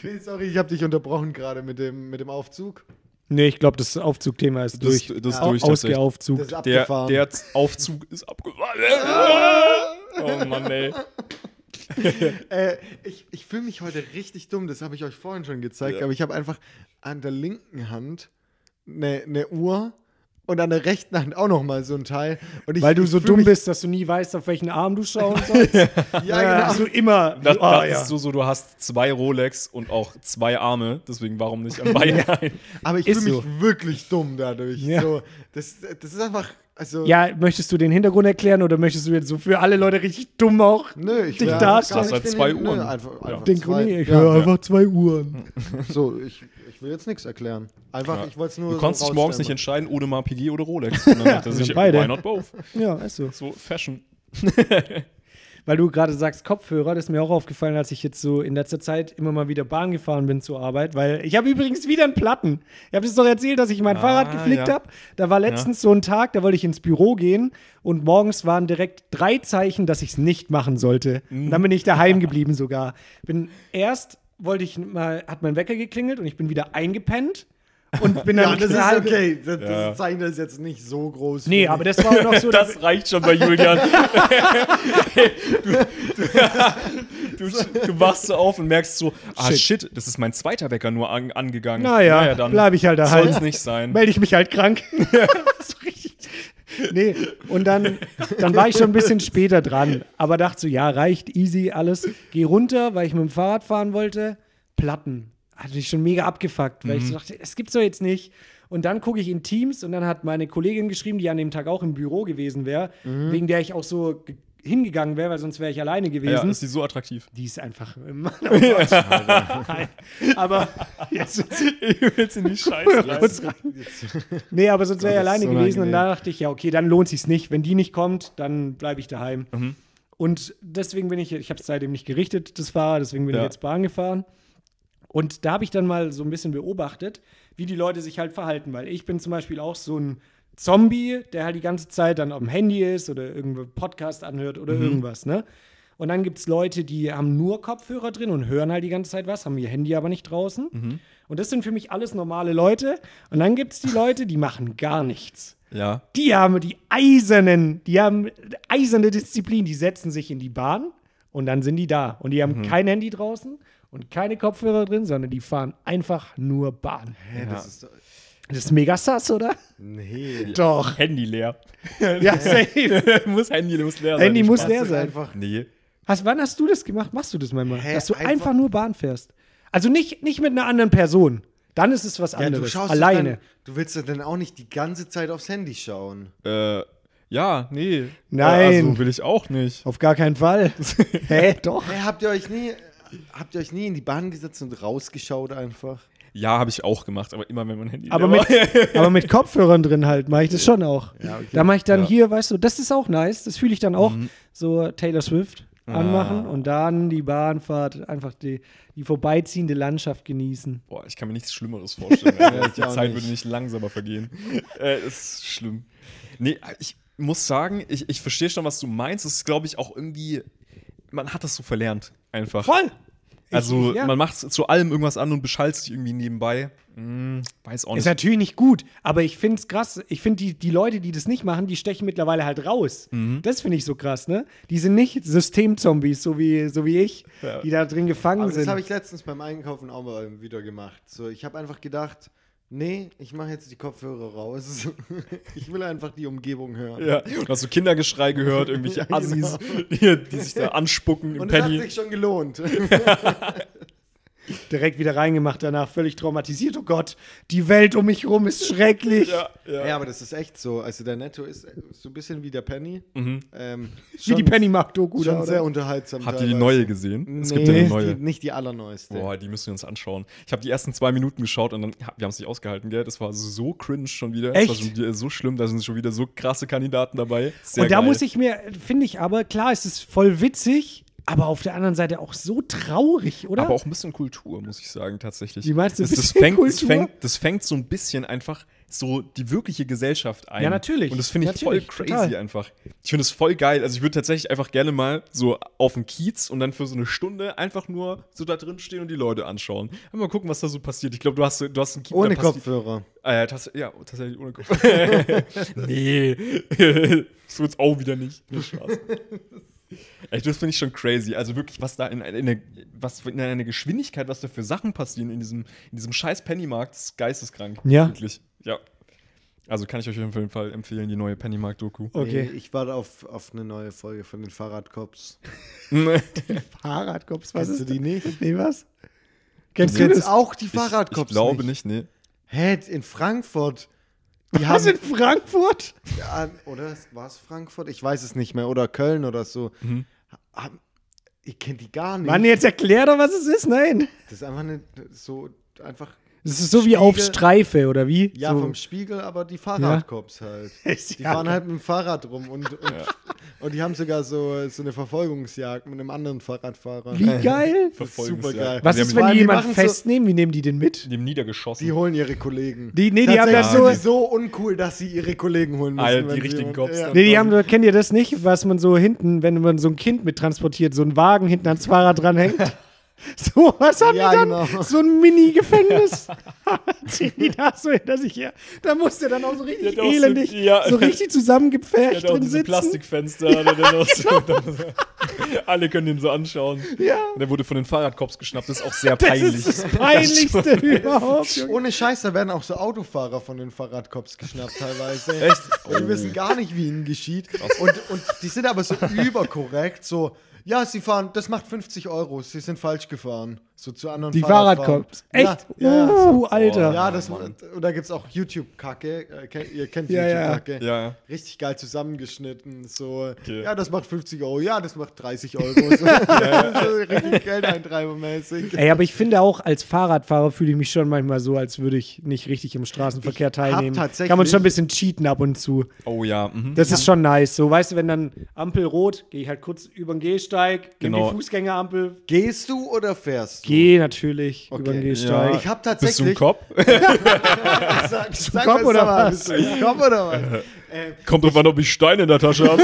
[SPEAKER 4] Nee, sorry, ich habe dich unterbrochen gerade mit dem, mit dem Aufzug.
[SPEAKER 2] Nee, ich glaube, das Aufzugthema ist durch.
[SPEAKER 3] Das- das ist
[SPEAKER 2] Au-
[SPEAKER 4] Das
[SPEAKER 3] durch, tatsächlich.
[SPEAKER 4] ist
[SPEAKER 2] Ausgeaufzug.
[SPEAKER 3] Der,
[SPEAKER 4] abgefahren.
[SPEAKER 3] der Aufzug ist
[SPEAKER 2] Ah.
[SPEAKER 3] abgefahren. oh Mann, ey.
[SPEAKER 4] äh, ich ich fühle mich heute richtig dumm, das habe ich euch vorhin schon gezeigt, aber ich habe einfach an der linken Hand eine ne Uhr und an der rechten Hand auch nochmal so ein Teil. Und ich,
[SPEAKER 2] Weil du
[SPEAKER 4] ich
[SPEAKER 2] so
[SPEAKER 4] fühl
[SPEAKER 2] dumm
[SPEAKER 4] mich-
[SPEAKER 2] bist, dass du nie weißt, auf welchen Arm du schauen sollst. ja,
[SPEAKER 4] genau.
[SPEAKER 2] Also immer.
[SPEAKER 3] Das,
[SPEAKER 2] Ah,
[SPEAKER 3] das
[SPEAKER 2] ja.
[SPEAKER 3] ist so, so, du hast zwei Rolex und auch zwei Arme, deswegen warum nicht am Bein ein?
[SPEAKER 4] Aber ich
[SPEAKER 2] Ist
[SPEAKER 4] fühle mich
[SPEAKER 2] so.
[SPEAKER 4] wirklich dumm dadurch.
[SPEAKER 2] Ja.
[SPEAKER 4] So, das, das ist einfach. Also,
[SPEAKER 2] ja, möchtest du den Hintergrund erklären oder möchtest du jetzt so für alle Leute richtig dumm auch
[SPEAKER 4] Nö, ich
[SPEAKER 2] dich
[SPEAKER 4] wär-
[SPEAKER 2] darstellen?
[SPEAKER 3] Hast halt
[SPEAKER 4] ich bin-
[SPEAKER 3] zwei
[SPEAKER 4] nö,
[SPEAKER 3] Uhren.
[SPEAKER 4] Einfach, einfach
[SPEAKER 2] Den
[SPEAKER 4] zwei,
[SPEAKER 2] Kuni, ich
[SPEAKER 4] ja.
[SPEAKER 2] höre einfach zwei Uhren.
[SPEAKER 4] So, ich, ich will jetzt nichts erklären. Einfach, ich wollte es nur.
[SPEAKER 3] Du
[SPEAKER 4] so
[SPEAKER 3] konntest dich morgens nicht
[SPEAKER 4] rausstellen.
[SPEAKER 3] entscheiden, Odemar PG oder Rolex. Und dann dachte er
[SPEAKER 2] sind
[SPEAKER 3] sich,
[SPEAKER 2] beide.
[SPEAKER 3] why not both?
[SPEAKER 2] Ja, weißt du.
[SPEAKER 3] So Fashion.
[SPEAKER 2] Weil du gerade sagst Kopfhörer, das ist mir auch aufgefallen, als ich jetzt so in letzter Zeit immer mal wieder Bahn gefahren bin zur Arbeit, weil ich habe übrigens wieder einen Platten. Ich habe es doch erzählt, dass ich mein Fahrrad geflickt
[SPEAKER 3] Ah, ja.
[SPEAKER 2] habe. Da war letztens so ein Tag, da wollte ich ins Büro gehen und morgens waren direkt
[SPEAKER 3] Mhm.
[SPEAKER 2] drei Zeichen, dass ich es nicht machen sollte. Und dann bin ich daheim geblieben sogar. Bin erst wollte ich mal, hat mein Wecker geklingelt und ich bin wieder eingepennt und bin dann
[SPEAKER 4] Ja, Genau, das
[SPEAKER 2] eine
[SPEAKER 4] ist
[SPEAKER 2] halbe-
[SPEAKER 4] okay. Das,
[SPEAKER 3] Ja.
[SPEAKER 4] das Zeichen ist jetzt nicht so groß.
[SPEAKER 2] halt Nee, aber das war auch noch so, dass
[SPEAKER 3] Das reicht schon bei Julian. du, du, du wachst so auf und merkst so, ah shit, das ist mein zweiter Wecker nur an, angegangen.
[SPEAKER 2] Naja, bleib ich halt daheim.
[SPEAKER 3] Soll's nicht sein.
[SPEAKER 2] melde ich mich halt krank. so richtig. Nee, und dann, dann war ich schon ein bisschen später dran, aber dachte so, ja, reicht, easy, alles. Geh runter, weil ich mit dem Fahrrad fahren wollte. Platten. Hat mich schon mega abgefuckt, weil ich
[SPEAKER 3] Mhm.
[SPEAKER 2] so dachte, es gibt's doch jetzt nicht. Und dann gucke ich in Teams und dann hat meine Kollegin geschrieben, die an dem Tag auch im Büro gewesen wäre, wegen der ich auch so ge- hingegangen wäre, weil sonst wäre ich alleine
[SPEAKER 3] Mhm. Ja,
[SPEAKER 2] gewesen.
[SPEAKER 3] ist die so attraktiv.
[SPEAKER 2] die ist einfach. Mann, oh Gott. Nein. Aber jetzt
[SPEAKER 3] Übelst in die Scheiße
[SPEAKER 2] kurz rein. Nee, aber sonst wäre ich
[SPEAKER 4] das ist
[SPEAKER 2] alleine
[SPEAKER 4] so
[SPEAKER 2] gewesen und
[SPEAKER 4] unangenehm.
[SPEAKER 2] da dachte ich, ja, okay, dann lohnt sich's nicht. Wenn die nicht kommt, dann bleibe ich daheim.
[SPEAKER 4] Mhm.
[SPEAKER 2] Und deswegen bin ich, ich habe es seitdem nicht gerichtet, das Fahrrad, deswegen bin
[SPEAKER 3] Ja.
[SPEAKER 2] ich jetzt Bahn gefahren. Und da habe ich dann mal so ein bisschen beobachtet, wie die Leute sich halt verhalten, weil ich bin zum Beispiel auch so ein Zombie, der halt die ganze Zeit dann am Handy ist oder irgendwo Podcast anhört oder irgendwas, ne? Und dann gibt es Leute, die haben nur Kopfhörer drin und hören halt die ganze Zeit was, haben ihr Handy aber nicht draußen. Und das sind für mich alles normale Leute. Und dann gibt es die Leute, die machen gar nichts.
[SPEAKER 3] Ja.
[SPEAKER 2] Die haben die eisernen, die haben eiserne Disziplin, die setzen sich in die Bahn und dann sind die da. Und die haben kein Handy draußen und keine Kopfhörer drin, sondern die fahren einfach nur Bahn.
[SPEAKER 4] Hä, das ist doch-
[SPEAKER 2] Das ist mega sass, oder?
[SPEAKER 4] nee.
[SPEAKER 2] Doch.
[SPEAKER 3] Handy leer.
[SPEAKER 2] Ja, safe.
[SPEAKER 3] muss Handy muss leer sein.
[SPEAKER 2] Handy
[SPEAKER 3] die
[SPEAKER 2] muss
[SPEAKER 3] Spaß.
[SPEAKER 2] leer
[SPEAKER 4] Das ist
[SPEAKER 2] sein.
[SPEAKER 4] Einfach,
[SPEAKER 3] Nee.
[SPEAKER 2] Hast, wann hast du das gemacht? Machst du das manchmal?
[SPEAKER 4] Hä,
[SPEAKER 2] dass du einfach,
[SPEAKER 4] einfach-
[SPEAKER 2] nur Bahn fährst. Also nicht, nicht mit einer anderen Person. Dann ist es was
[SPEAKER 4] ja,
[SPEAKER 2] anderes.
[SPEAKER 4] du schaust doch
[SPEAKER 2] Alleine.
[SPEAKER 4] Dann, du willst ja dann auch nicht die ganze Zeit aufs Handy schauen.
[SPEAKER 3] Äh, ja, nee.
[SPEAKER 2] Nein.
[SPEAKER 3] Also will ich auch nicht.
[SPEAKER 2] Auf gar keinen Fall. Hä, doch.
[SPEAKER 4] Hä, habt ihr euch nie, habt ihr euch nie in die Bahn gesetzt und rausgeschaut einfach?
[SPEAKER 3] Ja, habe ich auch gemacht, aber immer wenn mein Handy
[SPEAKER 2] Aber
[SPEAKER 3] leer
[SPEAKER 2] mit, aber mit Kopfhörern drin halt mache ich das schon auch. Da mache ich dann hier, weißt du, das ist auch nice. Das fühle ich dann
[SPEAKER 3] Mhm.
[SPEAKER 2] auch. So Taylor Swift
[SPEAKER 3] Ah.
[SPEAKER 2] anmachen und dann die Bahnfahrt, einfach die, die vorbeiziehende Landschaft genießen.
[SPEAKER 3] Boah, ich kann mir nichts Schlimmeres vorstellen. Alter.
[SPEAKER 4] ich
[SPEAKER 3] die
[SPEAKER 4] auch
[SPEAKER 3] Zeit
[SPEAKER 4] nicht.
[SPEAKER 3] würde nicht langsamer vergehen. äh, ist schlimm. Nee, ich muss sagen, ich, ich verstehe schon, was du meinst. Es ist, glaube ich, auch irgendwie, man hat das so verlernt einfach.
[SPEAKER 2] Voll!
[SPEAKER 3] Also
[SPEAKER 2] Ich- ja.
[SPEAKER 3] man macht zu allem irgendwas an und beschallt sich irgendwie nebenbei. Hm, weiß auch
[SPEAKER 2] Ist
[SPEAKER 3] nicht.
[SPEAKER 2] natürlich nicht gut, aber ich finde es krass. Ich finde, die, die Leute, die das nicht machen, die stechen mittlerweile halt raus.
[SPEAKER 3] Mhm.
[SPEAKER 2] Das finde ich so krass, ne? Die sind nicht Systemzombies, so wie, so wie ich, die da drin gefangen
[SPEAKER 4] Aber das
[SPEAKER 2] sind.
[SPEAKER 4] habe ich letztens beim Einkaufen auch mal wieder gemacht. So, ich habe einfach gedacht, nee, ich mache jetzt die Kopfhörer raus. ich will einfach die Umgebung hören.
[SPEAKER 3] ja, du hast so Kindergeschrei gehört, irgendwelche Assis, die, die sich da anspucken im
[SPEAKER 4] Und es hat
[SPEAKER 3] Penny.
[SPEAKER 4] sich schon gelohnt.
[SPEAKER 2] Direkt wieder reingemacht danach, völlig traumatisiert. Oh Gott, die Welt um mich rum ist schrecklich.
[SPEAKER 3] Ja, ja.
[SPEAKER 4] Ja, aber das ist echt so. Also der Netto ist so ein bisschen wie der Penny.
[SPEAKER 3] Mhm.
[SPEAKER 4] Ähm,
[SPEAKER 2] Wie die Penny macht Doku
[SPEAKER 4] Schon
[SPEAKER 2] da,
[SPEAKER 4] sehr
[SPEAKER 2] oder?
[SPEAKER 4] unterhaltsam.
[SPEAKER 3] Habt ihr die
[SPEAKER 4] teilweise.
[SPEAKER 3] neue gesehen? Es gibt ja
[SPEAKER 4] Nee,
[SPEAKER 3] eine neue.
[SPEAKER 4] Die, nicht die allerneueste.
[SPEAKER 3] Boah, die müssen wir uns anschauen. Ich habe die ersten zwei Minuten geschaut und dann, ja, wir haben es nicht ausgehalten, gell? Das war so cringe schon wieder. Das war
[SPEAKER 2] Echt?
[SPEAKER 3] schon wieder so schlimm, da sind schon wieder so krasse Kandidaten dabei. Sehr
[SPEAKER 2] Und da
[SPEAKER 3] geil.
[SPEAKER 2] muss ich mir, finde ich aber, klar, es ist voll witzig, aber auf der anderen Seite auch so traurig, oder?
[SPEAKER 3] Aber auch ein bisschen Kultur, muss ich sagen, tatsächlich.
[SPEAKER 2] Wie meinst du, ein
[SPEAKER 3] das, das,
[SPEAKER 2] bisschen
[SPEAKER 3] fängt, das,
[SPEAKER 2] Kultur?
[SPEAKER 3] fängt, das fängt so ein bisschen einfach so die wirkliche Gesellschaft ein.
[SPEAKER 2] Ja, natürlich.
[SPEAKER 3] Und das finde ich voll
[SPEAKER 2] Natürlich,
[SPEAKER 3] crazy
[SPEAKER 2] total.
[SPEAKER 3] einfach. Ich finde es voll geil. Also ich würde tatsächlich einfach gerne mal so auf den Kiez und dann für so eine Stunde einfach nur so da drin stehen und die Leute anschauen. Mal gucken, was da so passiert. Ich glaube, du hast, du hast einen Kiez.
[SPEAKER 4] Ohne
[SPEAKER 3] da passi-
[SPEAKER 4] Kopfhörer.
[SPEAKER 3] Ah, ja, tats ja, tatsächlich ohne Kopf. nee, das wird's auch wieder nicht. Nur Spaß. Echt, das finde ich schon crazy. Also wirklich, was da in, in, eine, was in einer Geschwindigkeit, was da für Sachen passieren in diesem, in diesem scheiß Pennymarkt, ist geisteskrank.
[SPEAKER 2] Ja.
[SPEAKER 3] Wirklich. Ja. Also kann ich euch auf jeden Fall empfehlen, die neue Pennymarkt-Doku.
[SPEAKER 2] okay.
[SPEAKER 4] Nee, ich warte auf, auf eine neue Folge von den Fahrradcops.
[SPEAKER 2] Fahrradkops, was
[SPEAKER 4] Kennst du
[SPEAKER 2] ist die?
[SPEAKER 4] die nicht?
[SPEAKER 2] Nee, was? Kennst
[SPEAKER 4] Du
[SPEAKER 2] du
[SPEAKER 4] kennst
[SPEAKER 2] das?
[SPEAKER 4] auch die
[SPEAKER 3] Ich, ich
[SPEAKER 4] Fahrradcops.
[SPEAKER 3] glaube nicht, nee.
[SPEAKER 4] Hä, in Frankfurt. Die
[SPEAKER 2] Was in
[SPEAKER 4] haben,
[SPEAKER 2] Frankfurt?
[SPEAKER 4] ja, oder war es Frankfurt? Ich weiß es nicht mehr. Oder Köln oder so.
[SPEAKER 3] Mhm.
[SPEAKER 4] Haben, ihr kennt die gar nicht.
[SPEAKER 2] Mann, jetzt erklär doch, was es ist. Nein.
[SPEAKER 4] Das ist einfach eine, so einfach.
[SPEAKER 2] Es ist so wie auf
[SPEAKER 4] Spiegel-
[SPEAKER 2] Streife, oder wie?
[SPEAKER 4] Ja,
[SPEAKER 2] so.
[SPEAKER 4] vom Spiegel, aber die Fahrradcops halt. Die
[SPEAKER 2] Ja.
[SPEAKER 4] fahren halt mit dem Fahrrad rum und, und, und die haben sogar so, so eine Verfolgungsjagd mit einem anderen Fahrradfahrer.
[SPEAKER 2] Wie geil.
[SPEAKER 3] Verfolgungsjagd.
[SPEAKER 4] Supergeil.
[SPEAKER 2] Was
[SPEAKER 3] Ja,
[SPEAKER 2] ist,
[SPEAKER 3] mit-
[SPEAKER 2] wenn
[SPEAKER 4] Vor allem,
[SPEAKER 2] die
[SPEAKER 4] die
[SPEAKER 2] jemanden
[SPEAKER 4] machen so-
[SPEAKER 2] festnehmen? Wie nehmen die den mit?
[SPEAKER 3] Dem niedergeschossen.
[SPEAKER 4] Die holen ihre Kollegen.
[SPEAKER 2] Die- nee, die haben
[SPEAKER 4] Tatsächlich
[SPEAKER 2] dann
[SPEAKER 4] sind
[SPEAKER 2] so-
[SPEAKER 4] die so uncool, dass sie ihre Kollegen holen müssen.
[SPEAKER 3] Ah, ja, die
[SPEAKER 4] wenn sie
[SPEAKER 3] richtigen
[SPEAKER 4] jemand-
[SPEAKER 3] Cops dann.
[SPEAKER 2] Nee, die haben, kennt ihr das nicht, was man so hinten, wenn man so ein Kind mit transportiert, so einen Wagen hinten ans Fahrrad dranhängt? So, was haben
[SPEAKER 4] Ja,
[SPEAKER 2] die dann?
[SPEAKER 4] genau.
[SPEAKER 2] So ein Mini-Gefängnis. Ziehen die da so hinter sich her. Da musste dann auch so richtig
[SPEAKER 3] Der hat auch so-
[SPEAKER 2] elendig, so,
[SPEAKER 3] ja.
[SPEAKER 2] richtig zusammengepfercht
[SPEAKER 3] Der hat auch
[SPEAKER 2] drin
[SPEAKER 3] diese
[SPEAKER 2] sitzen.
[SPEAKER 3] Plastikfenster. der dann auch so- Alle können ihn so anschauen.
[SPEAKER 2] Ja.
[SPEAKER 3] Und Der wurde von den Fahrradcops geschnappt. Das ist auch sehr
[SPEAKER 2] Das
[SPEAKER 3] peinlich.
[SPEAKER 2] ist das Peinlichste überhaupt. Junge.
[SPEAKER 4] Ohne Scheiß, da werden auch so Autofahrer von den Fahrradcops geschnappt teilweise. Echt?
[SPEAKER 3] Oh.
[SPEAKER 4] Die wissen gar nicht, wie ihnen geschieht. Und, und die sind aber so überkorrekt, so, ja, sie fahren, das macht 50 Euro, sie sind falsch gefahren. So zu anderen
[SPEAKER 2] Die
[SPEAKER 4] Fahrradfahrern.
[SPEAKER 2] Fahrradcops. Echt?
[SPEAKER 4] Ja, ja, ja,
[SPEAKER 2] uh, Alter.
[SPEAKER 4] so. ja das, und da gibt es auch YouTube-Kacke. Äh, ken- Ihr kennt
[SPEAKER 2] Ja, ja.
[SPEAKER 4] YouTube-Kacke.
[SPEAKER 3] Ja, ja.
[SPEAKER 4] Richtig geil zusammengeschnitten. So,
[SPEAKER 3] Okay.
[SPEAKER 4] ja, das macht 50 Euro, ja, das macht 30 Euro. So, so richtig Geldeintreibermäßig.
[SPEAKER 2] Ey, aber ich finde auch, als Fahrradfahrer fühle ich mich schon manchmal so, als würde ich nicht richtig im Straßenverkehr teilnehmen.
[SPEAKER 4] tatsächlich-
[SPEAKER 2] Kann man schon ein bisschen cheaten ab und zu.
[SPEAKER 3] Oh ja. Mhm.
[SPEAKER 2] Das ist schon nice. So, weißt du, wenn dann Ampel rot, gehe ich halt kurz über den Gehsteig, genau.
[SPEAKER 3] Genau.
[SPEAKER 2] die Fußgängerampel.
[SPEAKER 4] Gehst du oder fährst du?
[SPEAKER 2] Geh natürlich über den
[SPEAKER 4] Okay.
[SPEAKER 2] Gehsteig.
[SPEAKER 4] Ich habe
[SPEAKER 3] Bist du
[SPEAKER 4] tatsächlich.
[SPEAKER 3] ein Kopf?
[SPEAKER 4] Sag, sag
[SPEAKER 2] Kopf
[SPEAKER 4] mal,
[SPEAKER 2] oder
[SPEAKER 4] sag mal,
[SPEAKER 2] was?
[SPEAKER 4] bist du ein Kopf oder was?
[SPEAKER 3] Kommt drauf an, ob ich Steine in der Tasche habe.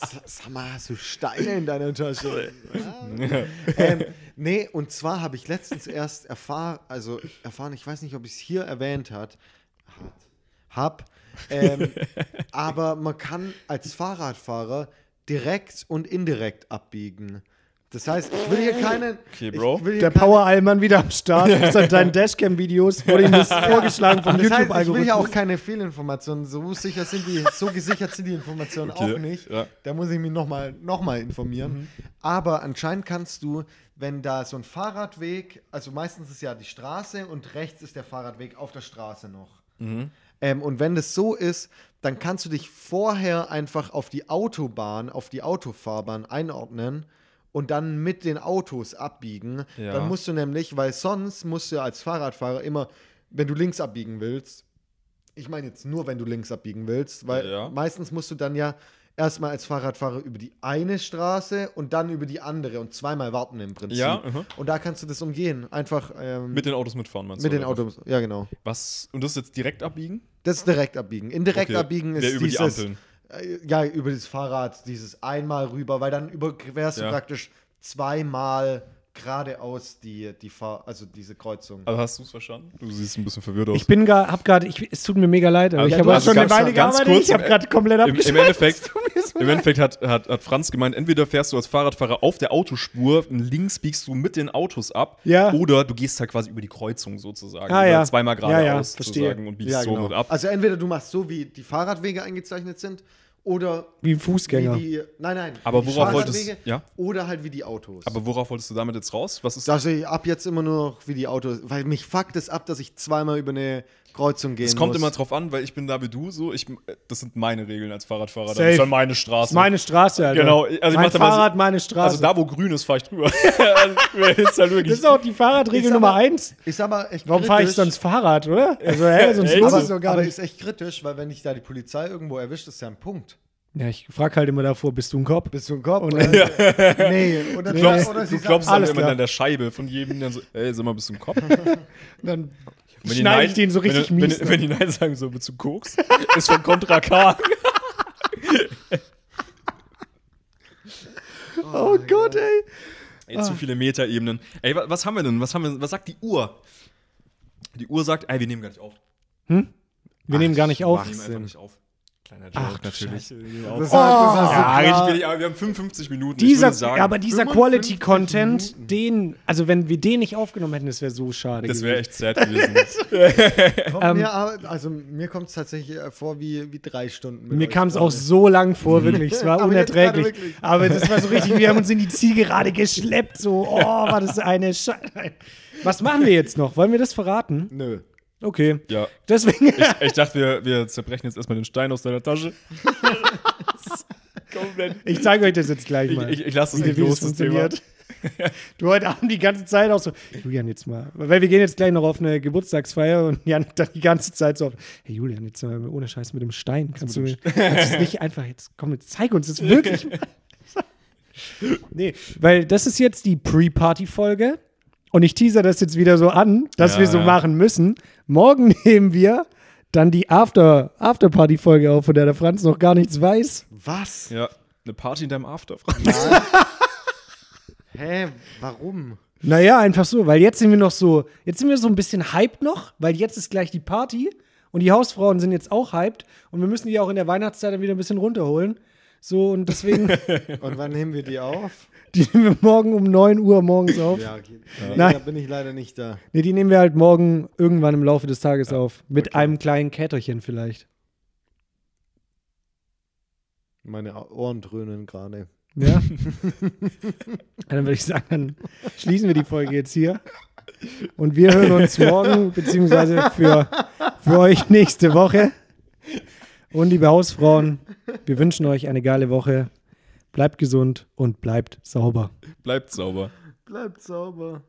[SPEAKER 4] S- Sag mal, hast du Steine in deiner Tasche? Ja. ähm, nee, und zwar habe ich letztens erst erfahr, also erfahren, ich weiß nicht, ob ich es hier erwähnt hat, hat hab, ähm, aber man kann als Fahrradfahrer direkt und indirekt abbiegen. Das heißt, ich will hier keinen.
[SPEAKER 3] Okay, Bro.
[SPEAKER 4] Ich will hier
[SPEAKER 2] Der
[SPEAKER 4] keinen-
[SPEAKER 2] Power-Allmann wieder am Start. Das sind deine Dashcam-Videos. Wurde ihm das vorgeschlagen vom
[SPEAKER 4] Das heißt, ich will ja auch
[SPEAKER 2] YouTube-Algorithmus.
[SPEAKER 4] keine Fehlinformationen. So sicher sind die, so gesichert sind die Informationen
[SPEAKER 3] Okay,
[SPEAKER 4] auch nicht.
[SPEAKER 3] ja. Mhm.
[SPEAKER 4] Da muss ich mich nochmal noch mal informieren. Aber anscheinend kannst du, wenn da so ein Fahrradweg, also meistens ist ja die Straße und rechts ist der Fahrradweg auf der Straße noch. Ähm, und wenn das so ist, dann kannst du dich vorher einfach auf die Autobahn, auf die Autofahrbahn einordnen und dann mit den Autos abbiegen.
[SPEAKER 3] Ja.
[SPEAKER 4] Dann musst du nämlich, weil sonst musst du als Fahrradfahrer immer, wenn du links abbiegen willst, ich meine jetzt nur, wenn du links abbiegen willst, weil
[SPEAKER 3] Ja.
[SPEAKER 4] meistens musst du dann ja erstmal als Fahrradfahrer über die eine Straße und dann über die andere und zweimal warten im Prinzip.
[SPEAKER 3] Ja, aha.
[SPEAKER 4] Und da kannst du das umgehen. Einfach ähm,
[SPEAKER 3] Mit den Autos mitfahren, meinst
[SPEAKER 4] mit
[SPEAKER 3] du?
[SPEAKER 4] den
[SPEAKER 3] oder was?
[SPEAKER 4] Autos. Ja, genau.
[SPEAKER 3] Was? Und das ist jetzt direkt abbiegen?
[SPEAKER 4] Das ist direkt abbiegen. Indirekt
[SPEAKER 3] Okay.
[SPEAKER 4] abbiegen ist
[SPEAKER 3] Der über die
[SPEAKER 4] dieses,
[SPEAKER 3] Ampeln.
[SPEAKER 4] äh, ja, über das Fahrrad, dieses einmal rüber, weil dann überquerst
[SPEAKER 3] Ja.
[SPEAKER 4] du praktisch zweimal geradeaus die, die Fahr also diese Kreuzung.
[SPEAKER 3] Aber hast du es verstanden? Du siehst ein bisschen verwirrt aus.
[SPEAKER 2] Ich bin gar, hab gerade, ich- es tut mir mega leid, aber
[SPEAKER 3] Also-
[SPEAKER 2] ich habe
[SPEAKER 3] also
[SPEAKER 2] auch schon eine
[SPEAKER 3] ganz-
[SPEAKER 2] Weile
[SPEAKER 3] ganz
[SPEAKER 2] gearbeitet.
[SPEAKER 3] kurz
[SPEAKER 2] ich
[SPEAKER 4] äh,
[SPEAKER 2] habe
[SPEAKER 3] im-
[SPEAKER 2] gerade komplett
[SPEAKER 3] im, im
[SPEAKER 2] abgeschaltet.
[SPEAKER 3] Endeffekt,
[SPEAKER 2] so
[SPEAKER 3] im Endeffekt hat, hat, hat Franz gemeint, entweder fährst du als Fahrradfahrer auf der Autospur, links biegst du mit den Autos ab,
[SPEAKER 2] Ja.
[SPEAKER 3] oder du gehst halt quasi über die Kreuzung sozusagen.
[SPEAKER 2] Ah,
[SPEAKER 3] oder
[SPEAKER 2] ja.
[SPEAKER 3] zweimal
[SPEAKER 2] Ja, ja,
[SPEAKER 3] geradeaus
[SPEAKER 2] verstehe. genau.
[SPEAKER 3] sozusagen und biegst so mit ab.
[SPEAKER 4] Also entweder du machst so, wie die Fahrradwege eingezeichnet sind, oder
[SPEAKER 2] Wie ein Fußgänger.
[SPEAKER 4] wie die. Nein, nein.
[SPEAKER 3] Aber
[SPEAKER 4] wie die
[SPEAKER 3] worauf wolltest-
[SPEAKER 4] Fahrradwege
[SPEAKER 3] ja?
[SPEAKER 4] Oder halt wie die Autos.
[SPEAKER 3] aber worauf wolltest du damit jetzt raus? Was ist
[SPEAKER 4] dass ich ab jetzt immer nur noch wie die Autos, weil mich fuckt es ab, dass ich zweimal über eine Kreuzung gehen
[SPEAKER 3] Es kommt
[SPEAKER 4] muss.
[SPEAKER 3] immer drauf an, weil ich bin da wie du so. Ich, das sind meine Regeln als Fahrradfahrer. Das
[SPEAKER 2] Safe.
[SPEAKER 3] ist dann meine Straße.
[SPEAKER 2] Meine Straße, Alter.
[SPEAKER 3] Genau, also ich
[SPEAKER 2] mein
[SPEAKER 3] mach da mal so-
[SPEAKER 2] Fahrrad, meine Straße.
[SPEAKER 3] also da, wo grün ist, fahre ich drüber. Also, ist halt wirklich.
[SPEAKER 2] das ist auch die Fahrradregel
[SPEAKER 4] Ist
[SPEAKER 2] Nummer
[SPEAKER 4] aber-
[SPEAKER 2] eins.
[SPEAKER 4] Ist aber echt
[SPEAKER 2] Warum fahre ich
[SPEAKER 4] kritisch.
[SPEAKER 2] sonst Fahrrad, oder? Also, hä, sonst
[SPEAKER 3] Ey,
[SPEAKER 2] lohnt
[SPEAKER 4] aber,
[SPEAKER 2] es doch gar
[SPEAKER 4] aber
[SPEAKER 2] nicht.
[SPEAKER 4] ist echt kritisch, weil wenn dich da die Polizei irgendwo erwischt, ist ja ein Punkt.
[SPEAKER 2] Ja, ich frage halt immer davor, bist du ein Kopf?
[SPEAKER 4] Bist du ein Kopf?
[SPEAKER 2] Und-
[SPEAKER 4] Oder, Nee, oder,
[SPEAKER 3] du klopfst,
[SPEAKER 4] oder sie sagen,
[SPEAKER 3] du klopfst dann
[SPEAKER 2] alles
[SPEAKER 3] immer
[SPEAKER 2] klar.
[SPEAKER 3] an der Scheibe von jedem, dann so, ey, sag mal, bist du ein Kopf?
[SPEAKER 2] Dann
[SPEAKER 3] Wenn die
[SPEAKER 2] schneide
[SPEAKER 3] Nein-
[SPEAKER 2] ich den so richtig
[SPEAKER 3] wenn,
[SPEAKER 2] mies.
[SPEAKER 3] Wenn,
[SPEAKER 2] ne?
[SPEAKER 3] wenn die Nein sagen, so willst du Koks, ist von Contra K.
[SPEAKER 2] oh Gott, ey.
[SPEAKER 3] Ey,
[SPEAKER 2] Ah.
[SPEAKER 3] zu viele Metaebenen. Ey, wa- was haben wir denn? Was, haben wir, was sagt die Uhr? Die Uhr sagt, ey, wir nehmen gar nicht auf.
[SPEAKER 2] Wir nehmen gar nicht auf.
[SPEAKER 3] Wir nehmen einfach nicht auf. Kleiner Joke,
[SPEAKER 2] Ach, du
[SPEAKER 3] natürlich.
[SPEAKER 4] das ist-
[SPEAKER 2] halt
[SPEAKER 4] das ist-
[SPEAKER 3] Ja,
[SPEAKER 4] klar.
[SPEAKER 3] richtig, aber wir haben 55 Minuten.
[SPEAKER 2] Dieser,
[SPEAKER 3] ich würde sagen,
[SPEAKER 2] aber dieser
[SPEAKER 4] 55
[SPEAKER 2] Quality-Content, den, also wenn wir den nicht aufgenommen hätten, das wäre so schade.
[SPEAKER 3] das
[SPEAKER 2] gewesen.
[SPEAKER 3] wäre echt sad gewesen.
[SPEAKER 4] Kommt mir, aber- also mir kommt es tatsächlich äh, vor wie, wie drei Stunden. mit
[SPEAKER 2] Mir
[SPEAKER 4] euch
[SPEAKER 2] kam es auch
[SPEAKER 4] beiden.
[SPEAKER 2] so lang
[SPEAKER 3] Mhm.
[SPEAKER 2] vor, wirklich. Es war
[SPEAKER 4] Aber jetzt gerade
[SPEAKER 2] unerträglich.
[SPEAKER 4] wirklich.
[SPEAKER 2] Aber das war so richtig, wir haben uns in die Zielgerade geschleppt. So, oh, war das eine Scheiße. Was machen wir jetzt noch? Wollen wir das verraten?
[SPEAKER 4] Nö.
[SPEAKER 2] Okay.
[SPEAKER 3] Ja.
[SPEAKER 2] Deswegen.
[SPEAKER 3] Ich, ich dachte, wir, wir zerbrechen jetzt erstmal den Stein aus deiner Tasche. Komplett.
[SPEAKER 2] Ich zeige euch das jetzt gleich
[SPEAKER 3] Ich,
[SPEAKER 2] mal.
[SPEAKER 3] ich, ich lasse es
[SPEAKER 2] wie,
[SPEAKER 3] nicht
[SPEAKER 2] wie es
[SPEAKER 3] los, das Thema.
[SPEAKER 2] funktioniert. Du heute Abend die ganze Zeit auch so, Julian, jetzt mal. Weil wir gehen jetzt gleich noch auf eine Geburtstagsfeier und Jan dann die ganze Zeit so auf, hey Julian, jetzt mal ohne Scheiß mit dem Stein. Kannst du mir kannst du es nicht einfach jetzt, komm, jetzt zeig uns das wirklich. mal. nee, weil das ist jetzt die Pre-Party-Folge und ich teaser das jetzt wieder so an, dass
[SPEAKER 3] Ja,
[SPEAKER 2] wir so
[SPEAKER 3] ja.
[SPEAKER 2] machen müssen. Morgen nehmen wir dann die After- After-Party-Folge auf, von der der Franz noch gar nichts weiß.
[SPEAKER 4] Was?
[SPEAKER 3] Ja, eine Party in deinem After.
[SPEAKER 4] Warum?
[SPEAKER 2] Naja, einfach so, weil jetzt sind wir noch so, jetzt sind wir so ein bisschen hyped noch, weil jetzt ist gleich die Party und die Hausfrauen sind jetzt auch hyped und wir müssen die auch in der Weihnachtszeit dann wieder ein bisschen runterholen. So, und deswegen,
[SPEAKER 4] Und wann nehmen wir die auf?
[SPEAKER 2] die nehmen wir morgen um 9 Uhr morgens auf.
[SPEAKER 4] Ja, okay. Nee,
[SPEAKER 2] Nein.
[SPEAKER 4] da bin ich leider nicht da.
[SPEAKER 2] Nee, die nehmen wir halt morgen irgendwann im Laufe des Tages auf. Mit einem kleinen Käterchen vielleicht.
[SPEAKER 4] Meine Ohren dröhnen gerade.
[SPEAKER 2] Ja? Ja, dann würde ich sagen, dann schließen wir die Folge jetzt hier. Und wir hören uns morgen, beziehungsweise für, für euch nächste Woche. Und liebe Hausfrauen, wir wünschen euch eine geile Woche. Bleibt gesund und bleibt sauber.
[SPEAKER 3] Bleibt sauber.
[SPEAKER 4] Bleibt sauber.